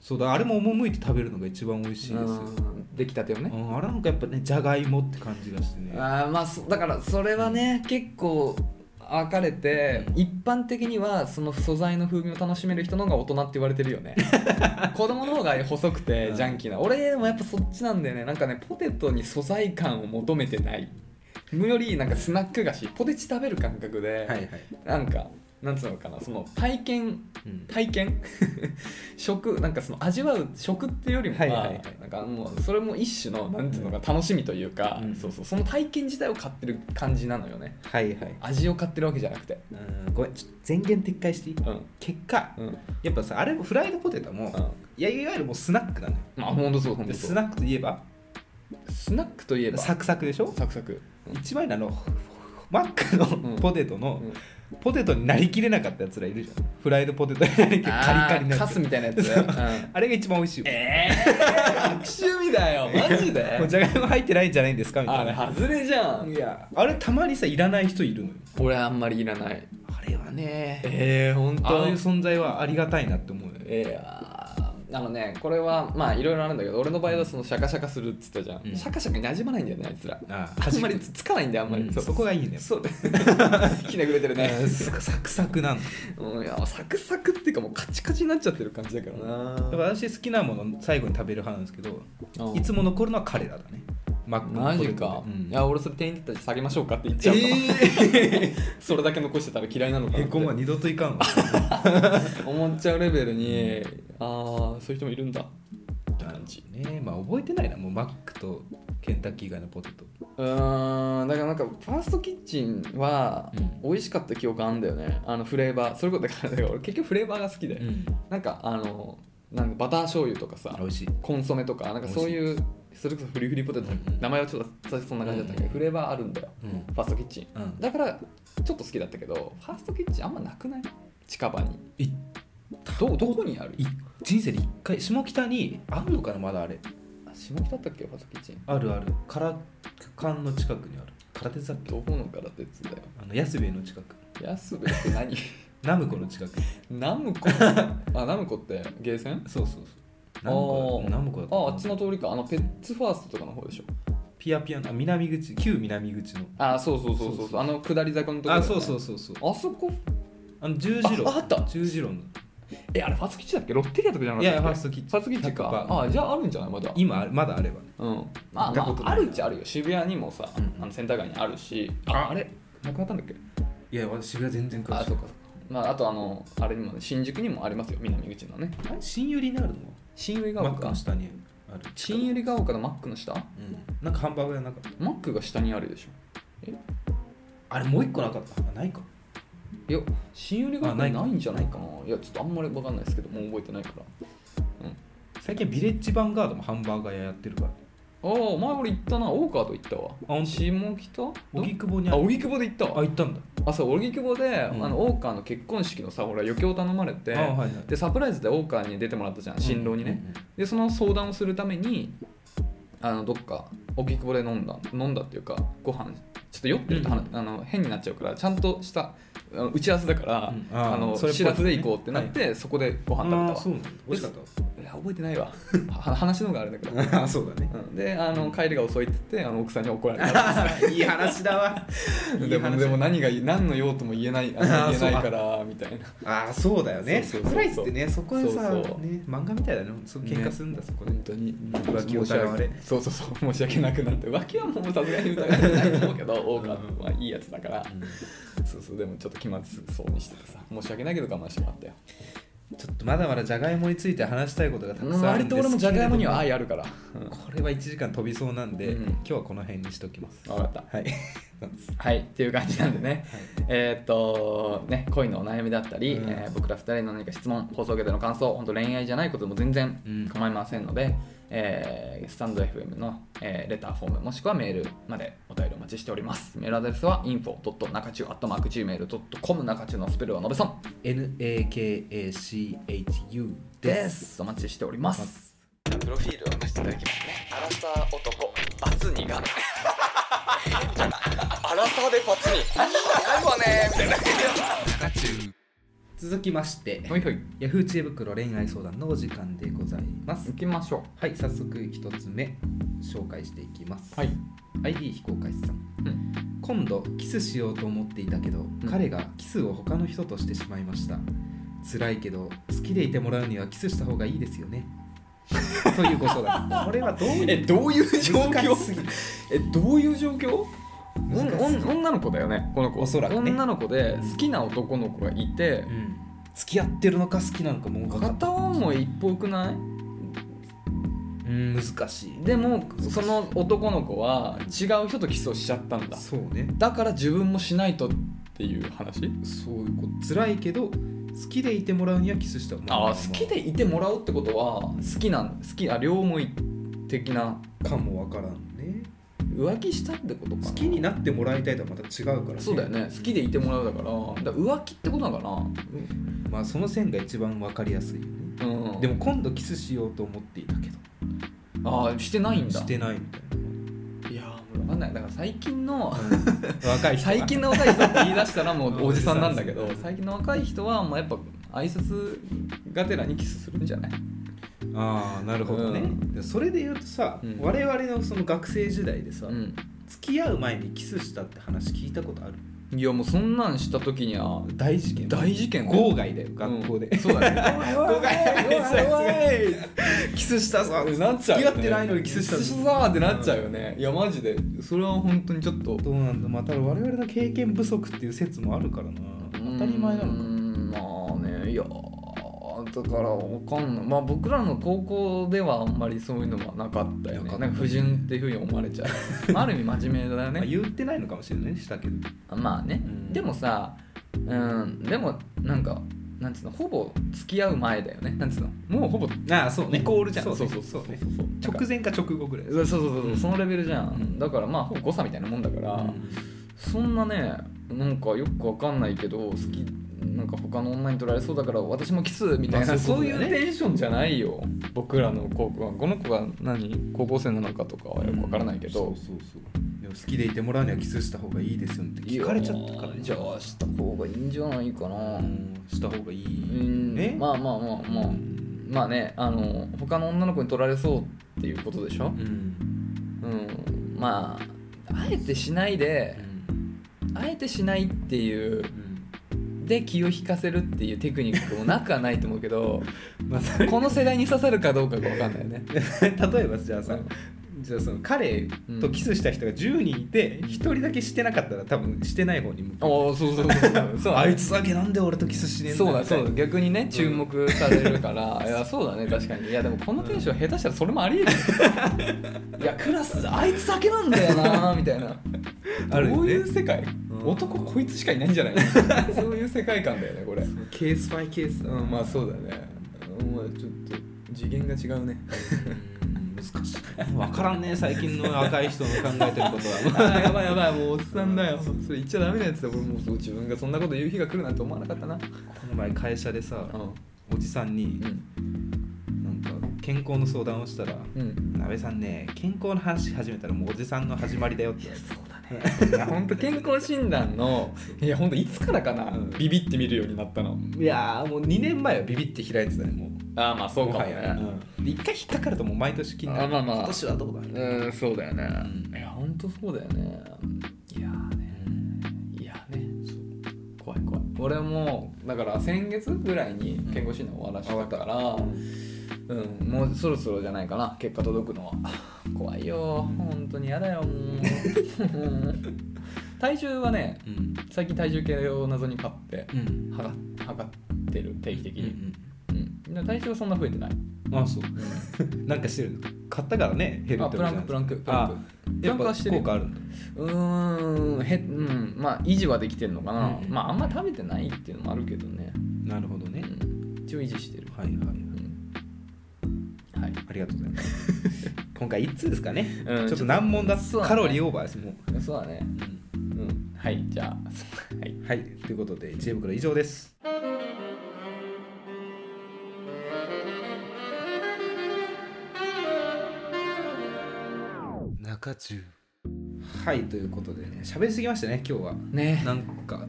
[SPEAKER 1] そうだあれも赴いて食べるのが一番美味しいですよ、
[SPEAKER 2] うんできたてをね
[SPEAKER 1] うん、あれなんかやっぱねじゃがいもって感じがしてね
[SPEAKER 2] あーまあそだからそれはね結構分かれて
[SPEAKER 1] うん
[SPEAKER 2] 一般的にはその素材の風味を楽しめる人の方が大人って言われてる よね子供の方が細くてジャンキーな俺もやっぱそっちなんだよねなんかねポテトに素材感を求めてないむよりなんかスナック菓子ポテチ食べる感覚で、
[SPEAKER 1] はいはい、
[SPEAKER 2] なんかなんつうのかなその体験
[SPEAKER 1] うん
[SPEAKER 2] 体験 食なんかその味わう食っていうよりもは,、
[SPEAKER 1] はいはいはい
[SPEAKER 2] なんかもうそれも一種のなんていうのか楽しみというか、
[SPEAKER 1] うん
[SPEAKER 2] そうそうその体験自体を買ってる感じなのよね
[SPEAKER 1] はいはい
[SPEAKER 2] 味を買ってるわけじゃなくて
[SPEAKER 1] うんごめんちょっと前言撤回していい
[SPEAKER 2] うん
[SPEAKER 1] 結果
[SPEAKER 2] うんうん
[SPEAKER 1] やっぱさあれもフライドポテトも、いやいわゆるもうスナックなのよ
[SPEAKER 2] まあほんとそうほん
[SPEAKER 1] で
[SPEAKER 2] と
[SPEAKER 1] ス
[SPEAKER 2] そう
[SPEAKER 1] ナックといえば
[SPEAKER 2] スナックといえば
[SPEAKER 1] サクサクでしょ
[SPEAKER 2] サクサク
[SPEAKER 1] 一番いいのはあのマック
[SPEAKER 2] ん
[SPEAKER 1] のポテトの、ポテトになりきれなかったやつらいるじゃんフライドポテトになりきれカリカリにな
[SPEAKER 2] カ
[SPEAKER 1] って
[SPEAKER 2] ス
[SPEAKER 1] る
[SPEAKER 2] みたいなやつ、
[SPEAKER 1] そうあれが一番美味しいよ
[SPEAKER 2] ええー、悪趣味 だよマジで
[SPEAKER 1] もうじゃがいも入ってないんじゃないんですかみた
[SPEAKER 2] あ
[SPEAKER 1] い
[SPEAKER 2] れ
[SPEAKER 1] な
[SPEAKER 2] 外れじゃん
[SPEAKER 1] いやあれたまにさいらない人いるのよ
[SPEAKER 2] 俺あんまりいらない
[SPEAKER 1] あれはね
[SPEAKER 2] ええー、ほん
[SPEAKER 1] ああいう存在はありがたいなって思うよね
[SPEAKER 2] いやーあのねこれはまあいろいろあるんだけど俺の場合はそのシャカシャカするっつったじゃん、
[SPEAKER 1] うん
[SPEAKER 2] シャカシャカに馴染まないんだよねあいつら
[SPEAKER 1] あ
[SPEAKER 2] あんまりつつかないんだよあんまり、
[SPEAKER 1] うん
[SPEAKER 2] そう
[SPEAKER 1] そこがいいね
[SPEAKER 2] そうひねくれてるね
[SPEAKER 1] うんサクサクサクなの
[SPEAKER 2] うんいやサクサクっていうかもうカチカチになっちゃってる感じだからな
[SPEAKER 1] だから私好きなもの最後に食べる派なんですけど
[SPEAKER 2] うん
[SPEAKER 1] いつも残るのは彼らだねマックの
[SPEAKER 2] マジ
[SPEAKER 1] ポ、
[SPEAKER 2] か
[SPEAKER 1] テトでうん
[SPEAKER 2] いや俺それ店員だったら下げましょうかって言っちゃうの、それだけ残してたら嫌いなのか な
[SPEAKER 1] へ
[SPEAKER 2] っ
[SPEAKER 1] こむわ
[SPEAKER 2] て
[SPEAKER 1] 二度といかんわ
[SPEAKER 2] 思っちゃうレベルにああそういう人もいるんだって感じ
[SPEAKER 1] ねまあ覚えてないなもうマックとケンタッキー以外のポテト
[SPEAKER 2] うーんだからなんかファーストキッチンは
[SPEAKER 1] うん
[SPEAKER 2] 美味しかった記憶あんだよね、あのフレーバーそれこそだからだから俺結局フレーバーが好きで、
[SPEAKER 1] ん
[SPEAKER 2] なんかあのなんかバター醤油とかさ
[SPEAKER 1] 美味しい
[SPEAKER 2] コンソメとかなんかそういうそれこそフリフリポテトとか
[SPEAKER 1] うん
[SPEAKER 2] 名前はちょっと最初そんな感じだったけど、
[SPEAKER 1] うん
[SPEAKER 2] フレーバーあるんだよ
[SPEAKER 1] うん
[SPEAKER 2] ファーストキッチン
[SPEAKER 1] うん
[SPEAKER 2] だからちょっと好きだったけどファーストキッチンあんまなくない近場に
[SPEAKER 1] い
[SPEAKER 2] どどこにある
[SPEAKER 1] い人生で一回下北にあるのかなまだあれ
[SPEAKER 2] あ下北だったっけファーストキッチン
[SPEAKER 1] あるある空間の近くにある空手雑居
[SPEAKER 2] どこのから鉄だよ
[SPEAKER 1] あの安兵衛の近く
[SPEAKER 2] 安部って何
[SPEAKER 1] ナムコの近く
[SPEAKER 2] ナムコあナムコってゲーセン
[SPEAKER 1] そうそうそうナムコ
[SPEAKER 2] あー
[SPEAKER 1] ナムコだった
[SPEAKER 2] あ
[SPEAKER 1] かな
[SPEAKER 2] あっちの通りかあのペッツファーストとかの方でしょ
[SPEAKER 1] ピアピアのあ南口旧南口の
[SPEAKER 2] あそうそうそうそうそうあの下り坂のところ、
[SPEAKER 1] あそうそううそうそう
[SPEAKER 2] あそこ
[SPEAKER 1] あの十字路
[SPEAKER 2] ああった
[SPEAKER 1] 十字路の
[SPEAKER 2] えあれファーストキッチンだっけロッテリアとかじゃないかった
[SPEAKER 1] や
[SPEAKER 2] っけ
[SPEAKER 1] ファーストキッチ
[SPEAKER 2] フ
[SPEAKER 1] ン
[SPEAKER 2] ァーストキッチンか
[SPEAKER 1] 100%
[SPEAKER 2] あじゃああるんじゃないまだ
[SPEAKER 1] 今あるまだあればね
[SPEAKER 2] うん
[SPEAKER 1] 行
[SPEAKER 2] まあ、
[SPEAKER 1] った
[SPEAKER 2] ま
[SPEAKER 1] こと
[SPEAKER 2] あ、
[SPEAKER 1] ない
[SPEAKER 2] あるっちゃあるよ渋谷にもさ、
[SPEAKER 1] うん
[SPEAKER 2] あのセンター街にあるしああれなくなったんだっけ
[SPEAKER 1] いや私渋谷全然詳
[SPEAKER 2] あ
[SPEAKER 1] し
[SPEAKER 2] そう
[SPEAKER 1] い
[SPEAKER 2] かそうかまああとあのあれにもね新宿にもありますよ南口のね
[SPEAKER 1] あれ新百合にあるの
[SPEAKER 2] 新百
[SPEAKER 1] マ
[SPEAKER 2] 合
[SPEAKER 1] ック
[SPEAKER 2] ヶ
[SPEAKER 1] の
[SPEAKER 2] 丘
[SPEAKER 1] 下にある
[SPEAKER 2] 新百合ヶ丘のマックの下
[SPEAKER 1] うんなんかハンバーグ屋なんか
[SPEAKER 2] マックが下にあるでし
[SPEAKER 1] あれもう一個なかったあないか
[SPEAKER 2] ょいや新百合
[SPEAKER 1] あ
[SPEAKER 2] ヶ
[SPEAKER 1] な
[SPEAKER 2] 丘
[SPEAKER 1] いか
[SPEAKER 2] ないんじゃないかないやちょっとあんまり分かんないですけどもう覚えてないから
[SPEAKER 1] 最近ビレッジヴァンガードもハンバーガー屋やってるから
[SPEAKER 2] ああ前俺行ったな大川と行ったわ
[SPEAKER 1] ほんと
[SPEAKER 2] 下北
[SPEAKER 1] 荻窪に
[SPEAKER 2] あ
[SPEAKER 1] ある
[SPEAKER 2] 荻窪で行った
[SPEAKER 1] あ
[SPEAKER 2] わ
[SPEAKER 1] 行ったんだ
[SPEAKER 2] あそう荻窪で、
[SPEAKER 1] うん
[SPEAKER 2] あの大川の結婚式のさほら余興頼まれて
[SPEAKER 1] あはいはい
[SPEAKER 2] でサプライズで大川に出てもらったじゃん新郎にね、
[SPEAKER 1] うんうんうん
[SPEAKER 2] でその相談をするためにあのどっか荻窪で飲んだ飲んだっていうかご飯ちょっと酔ってると、
[SPEAKER 1] うん
[SPEAKER 2] あの変になっちゃうからちゃんとしたあの打ち合わせだから、
[SPEAKER 1] うんあー
[SPEAKER 2] あの
[SPEAKER 1] それっぽい
[SPEAKER 2] 知らずで行こうってなって、そこでご飯食べた
[SPEAKER 1] あ
[SPEAKER 2] わ
[SPEAKER 1] あそうなんだ美味しかった
[SPEAKER 2] いや覚えてないわは話の方があれだけど、
[SPEAKER 1] わあそうだね
[SPEAKER 2] うんであの帰りが遅いって言ってあの奥さんに怒られた
[SPEAKER 1] いい話だわ いい話
[SPEAKER 2] でもでも何がいい何の用とも言えないあ
[SPEAKER 1] あー
[SPEAKER 2] の言えない
[SPEAKER 1] そう
[SPEAKER 2] からみたいな
[SPEAKER 1] ああそうだよね
[SPEAKER 2] そ
[SPEAKER 1] サ
[SPEAKER 2] うそうそうそう
[SPEAKER 1] プライズってねそこでさ
[SPEAKER 2] そうそう
[SPEAKER 1] ね漫画みたいだねそう喧嘩するんだそこで
[SPEAKER 2] 本当に
[SPEAKER 1] 浮気を疑われ
[SPEAKER 2] 申し訳そうそうそう申し訳なくなって浮気はもうさすがに疑ってないと思うけど大川はいいやつだからそうそうでもちょっと気まずそうにしててさ申し訳ないけど我慢してもらったよ
[SPEAKER 1] ちょっとまだまだじゃがいもについて話したいことがたくさんある
[SPEAKER 2] 割
[SPEAKER 1] んです
[SPEAKER 2] と俺もじゃがいもには
[SPEAKER 1] けれ
[SPEAKER 2] 愛あるから、
[SPEAKER 1] どもこれは1時間飛びそうなんで、
[SPEAKER 2] うん
[SPEAKER 1] 今日はこの辺にしときます
[SPEAKER 2] 分かった
[SPEAKER 1] はい
[SPEAKER 2] はいっていう感じなんでね、えーっとね恋のお悩みだったり、
[SPEAKER 1] うん
[SPEAKER 2] えー僕ら2人の何か質問放送下での感想本当恋愛じゃないことでも全然
[SPEAKER 1] うん
[SPEAKER 2] 構いませんので、えースタンド FM の、えーレターフォームもしくはメールまでお便りお待ちしておりますメールアドレスは info.nakachu.gmail.com 中中のスペルはのべそん
[SPEAKER 1] NAKACHU
[SPEAKER 2] で
[SPEAKER 1] です
[SPEAKER 2] すお待ちしておりますプロフィールを見せていただきますねアラサー男バツ2が アラサーでバツ2何もねみたいな
[SPEAKER 1] 続きまして
[SPEAKER 2] はいはい
[SPEAKER 1] Yahoo 知恵袋恋愛相談のお時間でございます
[SPEAKER 2] 行きましょう
[SPEAKER 1] はい早速1つ目紹介していきます、
[SPEAKER 2] はい、
[SPEAKER 1] ID 非公開さん
[SPEAKER 2] うん、
[SPEAKER 1] 今度キスしようと思っていたけど、
[SPEAKER 2] ん
[SPEAKER 1] 彼がキスを他の人としてしまいました辛いけど好きでいてもらうにはキスした方がいいですよね というご相談これはどういう
[SPEAKER 2] えどういう状
[SPEAKER 1] 難し
[SPEAKER 2] 況
[SPEAKER 1] すぎる
[SPEAKER 2] えどういう状況おん
[SPEAKER 1] 難しい
[SPEAKER 2] おん女の子だよねこの子
[SPEAKER 1] おそらくね
[SPEAKER 2] 女の子で好きな男の子がいて
[SPEAKER 1] うん、付き合ってるのか好きなのかもう分かった
[SPEAKER 2] 片思い一方くない
[SPEAKER 1] うん難しい
[SPEAKER 2] でもその男の子は違う人とキスをしちゃったんだ
[SPEAKER 1] そうね
[SPEAKER 2] だから自分もしないとっていう話
[SPEAKER 1] そういうこ辛いけど好きでいてもらうにはキスしたま
[SPEAKER 2] あ
[SPEAKER 1] ま
[SPEAKER 2] あ好きでいてもらうってことは好きなん好きあ両思い的な
[SPEAKER 1] かもわからんね
[SPEAKER 2] 浮気したってことかな
[SPEAKER 1] 好きになってもらいたいとはまた違うから、
[SPEAKER 2] そうだよね好きでいてもらうだからだから浮気ってことなのか
[SPEAKER 1] まあその線が一番わかりやすいよね
[SPEAKER 2] なうん
[SPEAKER 1] でも今度キスしようと思っていたけど
[SPEAKER 2] ああしてないんだ
[SPEAKER 1] してないみたい
[SPEAKER 2] いやーもう分かんないだから最近の
[SPEAKER 1] な若い人が
[SPEAKER 2] 最近の若い人って言い出したらも うおじさんなんだけ
[SPEAKER 1] お
[SPEAKER 2] ど
[SPEAKER 1] じさん
[SPEAKER 2] 最近の若い人はもうやっぱ挨拶がてらにキスするんじゃない
[SPEAKER 1] ああなるほどね、
[SPEAKER 2] うん
[SPEAKER 1] でそれで言うとさ、
[SPEAKER 2] うん
[SPEAKER 1] 我々のその学生時代でさ、
[SPEAKER 2] うん
[SPEAKER 1] 付き合う前にキスしたって話聞いたことある
[SPEAKER 2] いやもうそんなんした時には
[SPEAKER 1] 大事件
[SPEAKER 2] 大事件だよ
[SPEAKER 1] 号外だよ学校で、
[SPEAKER 2] うん そうだね
[SPEAKER 1] 号外キスした ぞ
[SPEAKER 2] なっちゃう
[SPEAKER 1] 付
[SPEAKER 2] よね
[SPEAKER 1] き合ってないのにキスした
[SPEAKER 2] キスしたーってなっちゃうよねいやマジでそれは本当にちょっと
[SPEAKER 1] どうなんだまあただ我々の経験不足っていう説もあるからな当たり前な
[SPEAKER 2] うー
[SPEAKER 1] のか
[SPEAKER 2] んまあねいやーだからわかんないまあ僕らの高校ではあんまりそういうのはなかったよ
[SPEAKER 1] なかっ
[SPEAKER 2] ね
[SPEAKER 1] た
[SPEAKER 2] なんか不純っていうふうに思われちゃう まあある意味真面目だよ
[SPEAKER 1] まあ
[SPEAKER 2] ね
[SPEAKER 1] 言ってないのかもしれないねしたけど
[SPEAKER 2] まあね
[SPEAKER 1] うん
[SPEAKER 2] でもさうんでもなんかなんつうのほぼ付き合う前だよねなんつうのもうほぼ
[SPEAKER 1] ああそう
[SPEAKER 2] イコールじゃん
[SPEAKER 1] そうそう
[SPEAKER 2] そ
[SPEAKER 1] そうう
[SPEAKER 2] そうそう
[SPEAKER 1] ね
[SPEAKER 2] そうなんか
[SPEAKER 1] 直前か直後ぐらい
[SPEAKER 2] そうそうそうそううんそのレベルじゃん、
[SPEAKER 1] うん
[SPEAKER 2] だからまあほぼ誤差みたいなもんだから、そんなねなんかよくわかんないけど好きなんか他の女に取られそうだから私もキスみたいな、
[SPEAKER 1] まあ
[SPEAKER 2] そ
[SPEAKER 1] そうう
[SPEAKER 2] い
[SPEAKER 1] いう
[SPEAKER 2] う
[SPEAKER 1] ことだよね
[SPEAKER 2] テンションじゃないよ僕らの高校はこの子が何高校生なのかとかはよくわからないけど、
[SPEAKER 1] そうそうそうでも好きでいてもらうにはキスした方がいいですよって聞かれちゃったから
[SPEAKER 2] いやーじゃあした方がいいんじゃないかな
[SPEAKER 1] う
[SPEAKER 2] うん
[SPEAKER 1] んした方がいい
[SPEAKER 2] ね
[SPEAKER 1] ね
[SPEAKER 2] まあまあまあまあ
[SPEAKER 1] うん
[SPEAKER 2] まあねあの他の女の子に取られそうっていうことでしょ
[SPEAKER 1] うん
[SPEAKER 2] うんまああえてしないであえてしないっていうで気を引かせるっていうテクニックもなくはないと思うけ ど
[SPEAKER 1] まあそれ
[SPEAKER 2] この世代に刺さるかどうかが分かんないよね。
[SPEAKER 1] 例えばじゃあ さじゃあその彼とキスした人が10人いて
[SPEAKER 2] うん
[SPEAKER 1] 1人だけしてなかったら多分してない方に向く
[SPEAKER 2] おおそうそうそうそう
[SPEAKER 1] あいつだけなんで俺とキスしねえんだ
[SPEAKER 2] そうだ
[SPEAKER 1] みたい
[SPEAKER 2] そう
[SPEAKER 1] な
[SPEAKER 2] だ逆にね注目されるから、いや そうだね確かにいやでもこのテンション下手したらそれもありえる いやクラスあいつだけなんだよ なみたいな
[SPEAKER 1] あるよね
[SPEAKER 2] どういう世界、
[SPEAKER 1] うん
[SPEAKER 2] 男こいつしかいないんじゃない そういう世界観だよねこれ
[SPEAKER 1] ケースバイケースだな
[SPEAKER 2] うんまあそうだねうんまあちょっと次元が違うね
[SPEAKER 1] うん難しい分からんね最近の若い人の考えてることは
[SPEAKER 2] あーやばいやばいもうおっさんだよそれ言っちゃダメなやつだ俺もうそう自分がそんなこと言う日が来るなんて思わなかった な
[SPEAKER 1] この前会社でさ
[SPEAKER 2] うん
[SPEAKER 1] おじさんに
[SPEAKER 2] うん
[SPEAKER 1] なんか健康の相談をしたら
[SPEAKER 2] うん
[SPEAKER 1] 「なべさんね健康の話し始めたらもうおじさんの始まりだよ」って
[SPEAKER 2] いや本当健康診断のいや本当いつからかなビビって見るようになったの
[SPEAKER 1] いやーもう2年前はビビって開いてたねもう
[SPEAKER 2] ああまあそ
[SPEAKER 1] もはやうんで一回引っかかるともう毎年気になる
[SPEAKER 2] あまあまあ
[SPEAKER 1] 今年はどうだね
[SPEAKER 2] うんそうだよね
[SPEAKER 1] うん
[SPEAKER 2] いや本当そうだよねいやーねいやね怖い怖い俺もだから先月ぐらいに健康診断終わらせたから、うん、もうそろそろじゃないかな結果届くのは 怖いよ本当に嫌だよもう もう体重はね
[SPEAKER 1] うん
[SPEAKER 2] 最近体重計を謎に買って
[SPEAKER 1] うん
[SPEAKER 2] 測測ってる定期的
[SPEAKER 1] うん
[SPEAKER 2] に、うんで体重はそんな増えてない
[SPEAKER 1] うんあそうなんかしてるの買ったからね減る
[SPEAKER 2] あ
[SPEAKER 1] って
[SPEAKER 2] プランクプランクプランクプラ
[SPEAKER 1] や
[SPEAKER 2] ン
[SPEAKER 1] っ
[SPEAKER 2] ク
[SPEAKER 1] ぱ
[SPEAKER 2] はしてる
[SPEAKER 1] 効
[SPEAKER 2] よ
[SPEAKER 1] 果あるんだ
[SPEAKER 2] うーんへうんまあ維持はできてるのかな、
[SPEAKER 1] うんうん
[SPEAKER 2] まああんま食べてないっていうのもあるけどね、
[SPEAKER 1] なるほど
[SPEAKER 2] う
[SPEAKER 1] ね
[SPEAKER 2] ん、一応維持してる、
[SPEAKER 1] はいはいはい
[SPEAKER 2] うんはい
[SPEAKER 1] ありがとうござい ます今回1通ですかね
[SPEAKER 2] うん
[SPEAKER 1] ちょっと難問だ
[SPEAKER 2] そうだね
[SPEAKER 1] カロリーオーバーですもう
[SPEAKER 2] そうだねうんはいじゃあ はい
[SPEAKER 1] はいということで知恵袋以上です
[SPEAKER 3] 中中
[SPEAKER 1] はいということでね喋りすぎましたね今日は
[SPEAKER 2] ね
[SPEAKER 1] なん か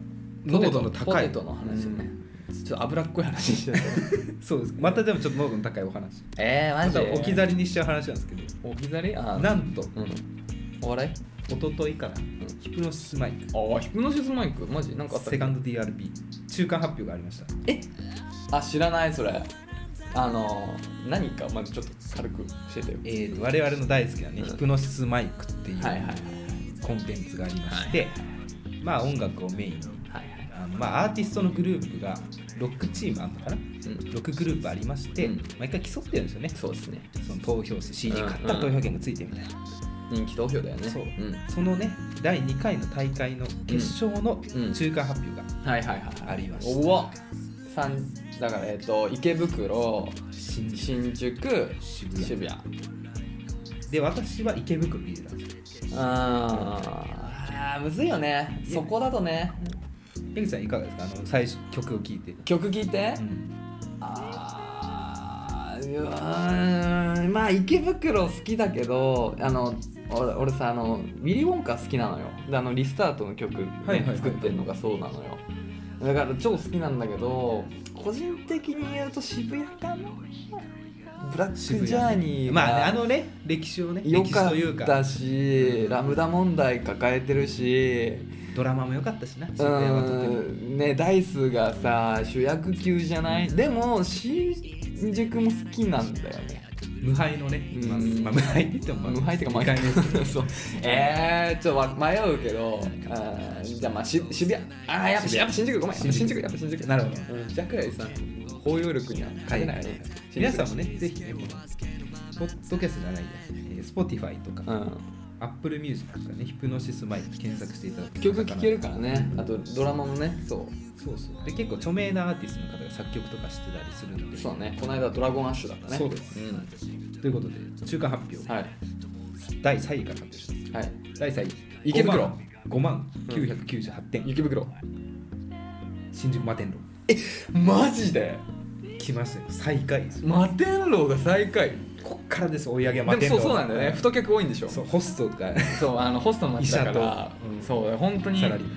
[SPEAKER 2] ポテ
[SPEAKER 1] 濃
[SPEAKER 2] ト
[SPEAKER 1] 度の高い
[SPEAKER 2] ポテトの話ね、ちょっと脂っこい話してた
[SPEAKER 1] そうですまたでもちょっと濃度の高いお話
[SPEAKER 2] えー、マ
[SPEAKER 1] ま
[SPEAKER 2] ジ
[SPEAKER 1] た
[SPEAKER 2] で
[SPEAKER 1] 置き去りにしちゃう話なんですけど
[SPEAKER 2] 置き去りあー
[SPEAKER 1] なんと
[SPEAKER 2] うんお笑い
[SPEAKER 1] 一昨日からヒプノシスマイク
[SPEAKER 2] ああヒプノシスマイクマジなんかあったっけ
[SPEAKER 1] セカンド DRP 中間発表がありました
[SPEAKER 2] あ知らないそれあのー何かまずちょっと軽く教えてよ
[SPEAKER 1] えーと我々の大好きなね、
[SPEAKER 2] うん
[SPEAKER 1] ヒプノシスマイクっていう、
[SPEAKER 2] はいはいはい
[SPEAKER 1] コンテンツがありまして、まあ音楽をメインに
[SPEAKER 2] はいはい
[SPEAKER 1] あの、まあ、アーティストのグループが6チームあんのかな
[SPEAKER 2] うん
[SPEAKER 1] 6グループありまして、
[SPEAKER 2] うん
[SPEAKER 1] 毎回競ってるんですよね
[SPEAKER 2] そうですね
[SPEAKER 1] その投票数 CD 買ったら
[SPEAKER 2] うんう
[SPEAKER 1] 投
[SPEAKER 2] ん
[SPEAKER 1] 票券がついてみたいな、
[SPEAKER 2] 人気投票だよね、
[SPEAKER 1] そうんそのね第2回の大会の決勝の
[SPEAKER 2] うん
[SPEAKER 1] 中間発表が
[SPEAKER 2] はいはいはい
[SPEAKER 1] ありました
[SPEAKER 2] うわさんだからえっ、と池袋
[SPEAKER 1] 新宿
[SPEAKER 2] 新宿
[SPEAKER 1] 渋谷
[SPEAKER 2] 渋谷
[SPEAKER 1] で私は池袋に入れたんですよ
[SPEAKER 2] あーあーむずいよねそこだとね
[SPEAKER 1] 江口さんいかがですかあの最初曲を聴いて、
[SPEAKER 2] 曲聴いて、
[SPEAKER 1] うん
[SPEAKER 2] あーうわーまあ池袋好きだけどあの俺俺さあのウィリー・ウォンカ好きなのよであのリスタートの曲ね、
[SPEAKER 1] はいはいはい
[SPEAKER 2] 作ってるのがそうなのよだから超好きなんだけど個人的に言うと渋谷かなブラックジャーニーが
[SPEAKER 1] まあ、ね、あのね歴史をね
[SPEAKER 2] 良
[SPEAKER 1] 歴史
[SPEAKER 2] か
[SPEAKER 1] という
[SPEAKER 2] っ
[SPEAKER 1] か
[SPEAKER 2] たしラムダ問題抱えてるし
[SPEAKER 1] ドラマも良かったしな渋
[SPEAKER 2] う
[SPEAKER 1] 谷はとても
[SPEAKER 2] ーんねダイスがさ主役級じゃないでも新宿も好きなんだよね
[SPEAKER 1] 無敗のね、まあ
[SPEAKER 2] うん
[SPEAKER 1] まあ無敗って言ってもまあ
[SPEAKER 2] 無敗ってか
[SPEAKER 1] 二回目ですけど
[SPEAKER 2] そうえー、ちょっとわ迷うけどあーじゃあまあし渋谷あーやっぱ
[SPEAKER 1] 渋谷
[SPEAKER 2] やっぱ新宿ごめん
[SPEAKER 1] 新
[SPEAKER 2] 新
[SPEAKER 1] 宿
[SPEAKER 2] 宿やっぱ新宿
[SPEAKER 1] なるほど
[SPEAKER 2] うん、ジャクライさん包容力には勝てないよね、
[SPEAKER 1] 皆さんもねぜひねこのポッドキャストじゃないや、えー、Spotify とか、
[SPEAKER 2] う
[SPEAKER 1] Apple Music とかねヒプノシスマイク検索していただく
[SPEAKER 2] ん
[SPEAKER 1] と
[SPEAKER 2] 曲聴けるからねあとドラマもねそ
[SPEAKER 1] そうそうで結構著名なアーティストの方が作曲とかしてたりするの
[SPEAKER 2] う
[SPEAKER 1] で
[SPEAKER 2] そうねこの間ドラゴンアッシュだったね
[SPEAKER 1] そうです
[SPEAKER 2] ん、
[SPEAKER 1] ということで中間発表、
[SPEAKER 2] はい
[SPEAKER 1] 第3位から発表しま
[SPEAKER 2] はい
[SPEAKER 1] す第3位
[SPEAKER 2] 池袋
[SPEAKER 1] 5万998点、
[SPEAKER 2] 池袋
[SPEAKER 1] 新宿摩天楼
[SPEAKER 2] マジで
[SPEAKER 1] 来ましたよ最下位ですよ
[SPEAKER 2] 摩天楼が最下位
[SPEAKER 1] こっからです追い上げは
[SPEAKER 2] で
[SPEAKER 1] 摩天
[SPEAKER 2] も
[SPEAKER 1] 楼
[SPEAKER 2] そうそうなんだよね太客多いんでしょ
[SPEAKER 1] そうホストが
[SPEAKER 2] そうあのホストの街だか
[SPEAKER 1] 医
[SPEAKER 2] ら
[SPEAKER 1] 者、と
[SPEAKER 2] うんそう本当に
[SPEAKER 1] サラリー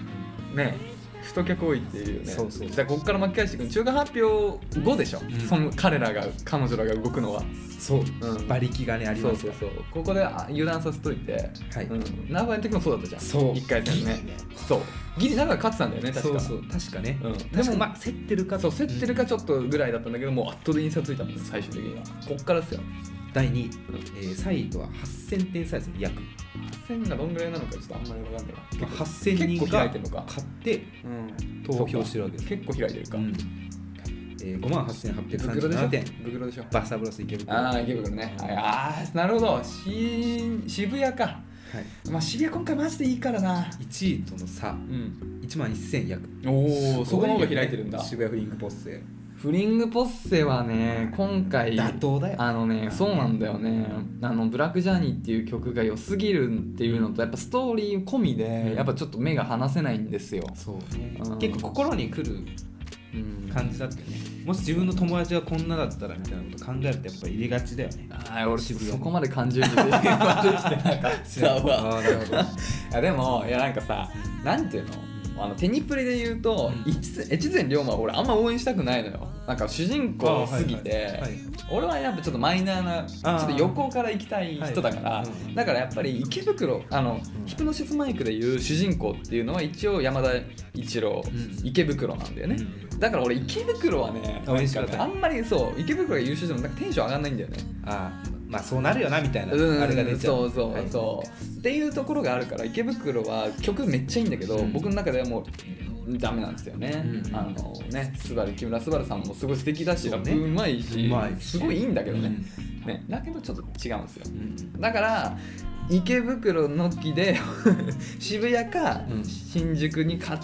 [SPEAKER 1] マン
[SPEAKER 2] ね太客多いっていうよね
[SPEAKER 1] そうそう
[SPEAKER 2] じゃあここから巻き返していく中間発表後でしょ、
[SPEAKER 1] ん
[SPEAKER 2] その彼らが彼女らが動くのは
[SPEAKER 1] そう、
[SPEAKER 2] うん
[SPEAKER 1] 馬力がねあり
[SPEAKER 2] そ
[SPEAKER 1] ま
[SPEAKER 2] う
[SPEAKER 1] す
[SPEAKER 2] そ
[SPEAKER 1] か
[SPEAKER 2] うそうここであ油断させといて、
[SPEAKER 1] はい
[SPEAKER 2] うん、名古屋の時もそうだったじゃん
[SPEAKER 1] そう
[SPEAKER 2] 1回戦ねそうギリ名古屋勝ってたんだよね確
[SPEAKER 1] そう
[SPEAKER 2] か
[SPEAKER 1] そう確かね、
[SPEAKER 2] うん
[SPEAKER 1] でもまあ競ってるか
[SPEAKER 2] そう競ってるかちょっとぐらいだったんだけどもう圧倒的に差ついたもんね最終的にはこっからですよ
[SPEAKER 1] 第2位、えー、最後は8000点サイズの約、
[SPEAKER 2] 線がどんぐらいなのかちょっとあんまりわかんないわ
[SPEAKER 1] まあ、8000人
[SPEAKER 2] 結構開い
[SPEAKER 1] が
[SPEAKER 2] てんのか
[SPEAKER 1] 買って
[SPEAKER 2] うん
[SPEAKER 1] 投票してるわけです
[SPEAKER 2] 結構開いてるか、
[SPEAKER 1] うんえー、5万8837
[SPEAKER 2] 袋で
[SPEAKER 1] 点
[SPEAKER 2] しょ袋でしょ
[SPEAKER 1] バサブロス池袋
[SPEAKER 2] ああ池袋ねはいああなるほどし渋谷か
[SPEAKER 1] はい、
[SPEAKER 2] まあ渋谷今回マジでいいからな
[SPEAKER 1] 1位との差
[SPEAKER 2] うん
[SPEAKER 1] 1万1000約
[SPEAKER 2] おおそこの方が開いてるんだ
[SPEAKER 1] 渋谷フリングポッセ
[SPEAKER 2] フリングポッセはね今回
[SPEAKER 1] 妥当だよ
[SPEAKER 2] あのねそうなんだよねあの「ブラックジャーニー」っていう曲が良すぎるっていうのとやっぱストーリー込みでやっぱちょっと目が離せないんですよ、
[SPEAKER 1] そうね
[SPEAKER 2] うん
[SPEAKER 1] 結構心に来る
[SPEAKER 2] うん、
[SPEAKER 1] 感じだったよねもし自分の友達がこんなだったらみたいなこと考えるとやっぱ入れがちだよね
[SPEAKER 2] ああ俺
[SPEAKER 1] 渋谷
[SPEAKER 2] そこまで感じる ことできてなかったわ
[SPEAKER 1] ああなるほど
[SPEAKER 2] いやでもいやなんかさなんていうのあのテニプリで言うと
[SPEAKER 1] うん
[SPEAKER 2] 越前越前龍馬は俺あんま応援したくないのよなんか主人公すぎて、
[SPEAKER 1] あはいはいはい
[SPEAKER 2] 俺はやっぱちょっとマイナーなちょ
[SPEAKER 1] あー
[SPEAKER 2] っと横から行きたい人だから、
[SPEAKER 1] はいうん
[SPEAKER 2] だからやっぱり池袋あの、
[SPEAKER 1] うん
[SPEAKER 2] ヒプノシスマイクで言う主人公っていうのは一応山田一郎、
[SPEAKER 1] うん
[SPEAKER 2] 池袋なんだよね、
[SPEAKER 1] う
[SPEAKER 2] だから俺池袋はね
[SPEAKER 1] 応援し
[SPEAKER 2] な
[SPEAKER 1] が
[SPEAKER 2] ん
[SPEAKER 1] たい
[SPEAKER 2] かねあんまりそう池袋が優秀でもなんかテンション上がんないんだよね
[SPEAKER 1] ああまあそうなるよなみたいな、
[SPEAKER 2] うん、
[SPEAKER 1] あれが出ちゃう
[SPEAKER 2] そうそうそう、っていうところがあるから池袋は曲めっちゃいいんだけど、
[SPEAKER 1] うん
[SPEAKER 2] 僕の中ではもうダメなんですよね、
[SPEAKER 1] うん
[SPEAKER 2] あのねスバル木村昴さんもすごい素敵だし、
[SPEAKER 1] そう
[SPEAKER 2] ラ
[SPEAKER 1] ね
[SPEAKER 2] ップうまいし
[SPEAKER 1] うまいし
[SPEAKER 2] すごいいいんだけどね,、ねだけどちょっと違うんですよ
[SPEAKER 1] うんうん
[SPEAKER 2] だから池袋のきで 渋谷か
[SPEAKER 1] うん
[SPEAKER 2] 新宿に勝っ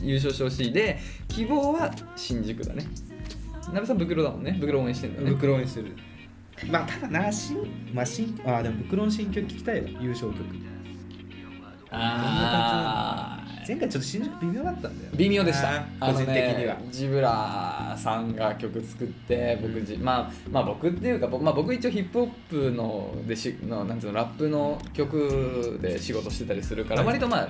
[SPEAKER 2] 優勝してほしいで希望は新宿だね鍋さん袋だもんね袋応援してんだよね
[SPEAKER 1] 袋にするまあただなしまあ新あーでも袋の新曲聞きたいわ優勝曲
[SPEAKER 2] あー
[SPEAKER 1] 前回ちょっと新宿微妙だったんだよね
[SPEAKER 2] 微妙でした
[SPEAKER 1] あ
[SPEAKER 2] あ
[SPEAKER 1] ー個
[SPEAKER 2] の
[SPEAKER 1] 人
[SPEAKER 2] ね
[SPEAKER 1] 的には、
[SPEAKER 2] ジブラさんが曲作って僕じ、まあ、まあ僕っていうか僕,、まあ、僕一応ヒップホップのでしのなんていうのラップの曲で仕事してたりするから、
[SPEAKER 1] はい
[SPEAKER 2] 割とまあ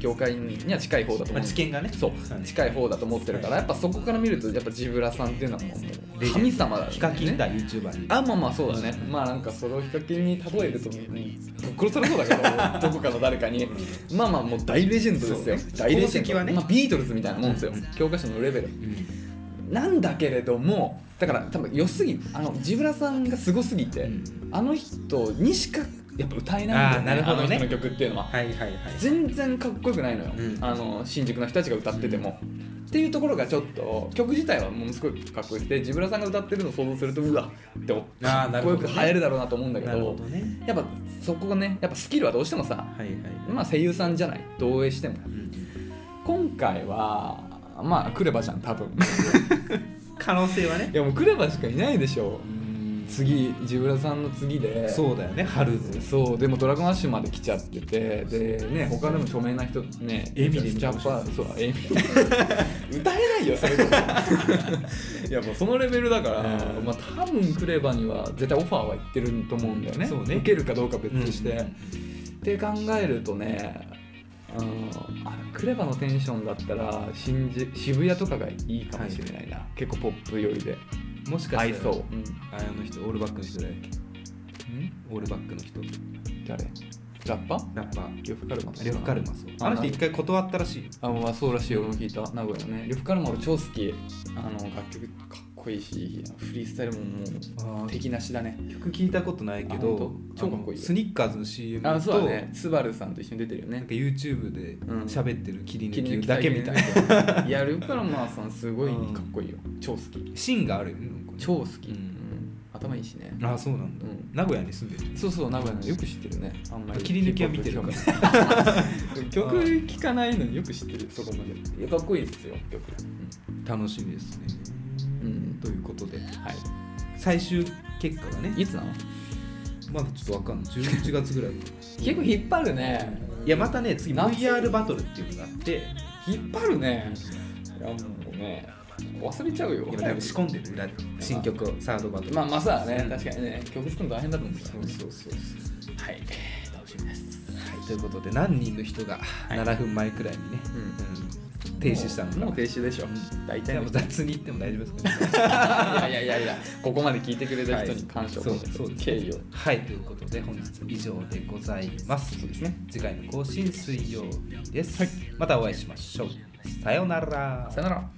[SPEAKER 2] 業界には近い方だと思
[SPEAKER 1] ま
[SPEAKER 2] う
[SPEAKER 1] あ、知見がね
[SPEAKER 2] そう
[SPEAKER 1] はい
[SPEAKER 2] 近い方だと思ってるから、
[SPEAKER 1] は
[SPEAKER 2] やっぱそこから見るとやっぱジブラさんっていうのはも
[SPEAKER 1] レ
[SPEAKER 2] う
[SPEAKER 1] ジェンド
[SPEAKER 2] 神様だよね
[SPEAKER 1] ヒカキンだ YouTuber に
[SPEAKER 2] あまあまあそうだね、まあなんかそれをヒカキンに例えるとぶっ殺されそうだけ どどこかの誰かにまあまあもう大レジェンドですよ
[SPEAKER 1] そう
[SPEAKER 2] 大レジェン
[SPEAKER 1] 功績
[SPEAKER 2] ド
[SPEAKER 1] はね
[SPEAKER 2] まあ、ビートルズみたいなもんですよ、
[SPEAKER 1] うん
[SPEAKER 2] 教科書のレベル
[SPEAKER 1] うん
[SPEAKER 2] なんだけれどもだから多分良すぎあのジブラさんがすごすぎて、
[SPEAKER 1] うん
[SPEAKER 2] あの人にしかやっぱ歌えないんだよ
[SPEAKER 1] あーなる
[SPEAKER 2] ね
[SPEAKER 1] ほどね
[SPEAKER 2] あの人の曲っていうのは
[SPEAKER 1] はいはいはい
[SPEAKER 2] 全然かっこよくないのよ、
[SPEAKER 1] うん
[SPEAKER 2] あの新宿の人たちが歌ってても、っていうところがちょっと曲自体はものすごいかっこよくてジブラさんが歌ってるのを想像するとうわってか
[SPEAKER 1] あーなる
[SPEAKER 2] っこ
[SPEAKER 1] ほ
[SPEAKER 2] よ
[SPEAKER 1] どね
[SPEAKER 2] く映えるだろうなと思うんだけ
[SPEAKER 1] な
[SPEAKER 2] ど
[SPEAKER 1] るほどね
[SPEAKER 2] やっぱそこがねやっぱスキルはどうしてもさ、
[SPEAKER 1] はいはい
[SPEAKER 2] まあ、声優さんじゃない同映しても
[SPEAKER 1] うん
[SPEAKER 2] 今回はまあクレバじゃん多分
[SPEAKER 1] 可能性はね
[SPEAKER 2] いやもうクレバしかいないでしょ次ジブラさんの次で
[SPEAKER 1] そうだよねハルズ
[SPEAKER 2] そうでもドラゴンアッシュまで来ちゃっててでね他でも著名な人ね
[SPEAKER 1] エミリーみ
[SPEAKER 2] スチ
[SPEAKER 1] た
[SPEAKER 2] ャ
[SPEAKER 1] い
[SPEAKER 2] ッ
[SPEAKER 1] な
[SPEAKER 2] パーそうエミ リー歌えないよそれとも いやもうそのレベルだから、
[SPEAKER 1] うん
[SPEAKER 2] まあ多分クレバには絶対オファーはいってると思うんだよね
[SPEAKER 1] そうね
[SPEAKER 2] 受けるかどうか別として、
[SPEAKER 1] うん
[SPEAKER 2] って考えるとねあのあのクレバのテンションだったら新宿渋谷とかがいいかもしれないな、結構ポップ寄りで
[SPEAKER 1] もしか
[SPEAKER 2] 合い
[SPEAKER 1] したら
[SPEAKER 2] そう、うん
[SPEAKER 1] あの人オールバックの人だよオールバックの人
[SPEAKER 2] 誰ラッパ
[SPEAKER 1] ラッパー
[SPEAKER 2] 呂布カルマとか
[SPEAKER 1] レフカルマそうあの人一回断ったらしいよ
[SPEAKER 2] あまあそうらしいよ俺も聞いた名古屋のね呂布カルマ俺超好きあの楽曲かっこいいしフリースタイルももう敵なしだね
[SPEAKER 1] 曲聞いたことないけ
[SPEAKER 2] あ
[SPEAKER 1] ど
[SPEAKER 2] 本当超かっこ
[SPEAKER 1] あの
[SPEAKER 2] いいよ
[SPEAKER 1] スニッカーズの CM と
[SPEAKER 2] あそうだねスバルさんと一緒に出てるよ
[SPEAKER 1] なん
[SPEAKER 2] ね
[SPEAKER 1] か YouTube で
[SPEAKER 2] うん
[SPEAKER 1] 喋ってる切り
[SPEAKER 2] 切り
[SPEAKER 1] 抜
[SPEAKER 2] 抜き
[SPEAKER 1] きだけみたいな
[SPEAKER 2] な いや呂布カルマさんすごい
[SPEAKER 1] うん
[SPEAKER 2] かっこいいよ超好き
[SPEAKER 1] 芯があるよねなんかね
[SPEAKER 2] 超好き、
[SPEAKER 1] うん
[SPEAKER 2] うん頭いいしね
[SPEAKER 1] ああそうなんだ
[SPEAKER 2] うん
[SPEAKER 1] 名古屋に住んでる
[SPEAKER 2] そうそう名古屋のよく知ってるねあんまり
[SPEAKER 1] 切り抜きは見てるから
[SPEAKER 2] 曲聞かないのによく知ってるそこまでいやかっこいいですよ曲
[SPEAKER 1] 楽しみですね
[SPEAKER 2] うん、うん
[SPEAKER 1] ということで
[SPEAKER 2] は
[SPEAKER 1] 最終結果がね
[SPEAKER 2] いいつなの
[SPEAKER 1] まだちょっとわかんない11月 ぐらい
[SPEAKER 2] 結構引っ張るね
[SPEAKER 1] いやまたね次
[SPEAKER 2] 夏
[SPEAKER 1] VR バトルっていうのがあって
[SPEAKER 2] 引っ張るねいやもうね忘れちゃうよ
[SPEAKER 1] 今多分仕込んでる裏で新曲をサードバトル
[SPEAKER 2] まあまあさね、
[SPEAKER 1] うん
[SPEAKER 2] 確かにね曲作るの大変だと思うんです
[SPEAKER 1] そ
[SPEAKER 2] よ
[SPEAKER 1] うそうそうそう
[SPEAKER 2] はい楽しみです
[SPEAKER 1] はい、ということで何人の人が
[SPEAKER 2] い
[SPEAKER 1] 7分前くらいにね、うん停止したのか
[SPEAKER 2] もうもう停止でしょ、
[SPEAKER 1] ん
[SPEAKER 2] 大体
[SPEAKER 1] じゃあ
[SPEAKER 2] の
[SPEAKER 1] もう
[SPEAKER 2] 人
[SPEAKER 1] 雑に言っても大丈夫ですかね
[SPEAKER 2] いやいやいやいやここまで聞いてくれた人に感謝を込め て
[SPEAKER 1] そうそうです
[SPEAKER 2] 敬意を
[SPEAKER 1] はいということで本日以上でございます
[SPEAKER 2] そうですね
[SPEAKER 1] 次回の更新水曜日です、またお会いしましょうさようなら
[SPEAKER 2] さよなら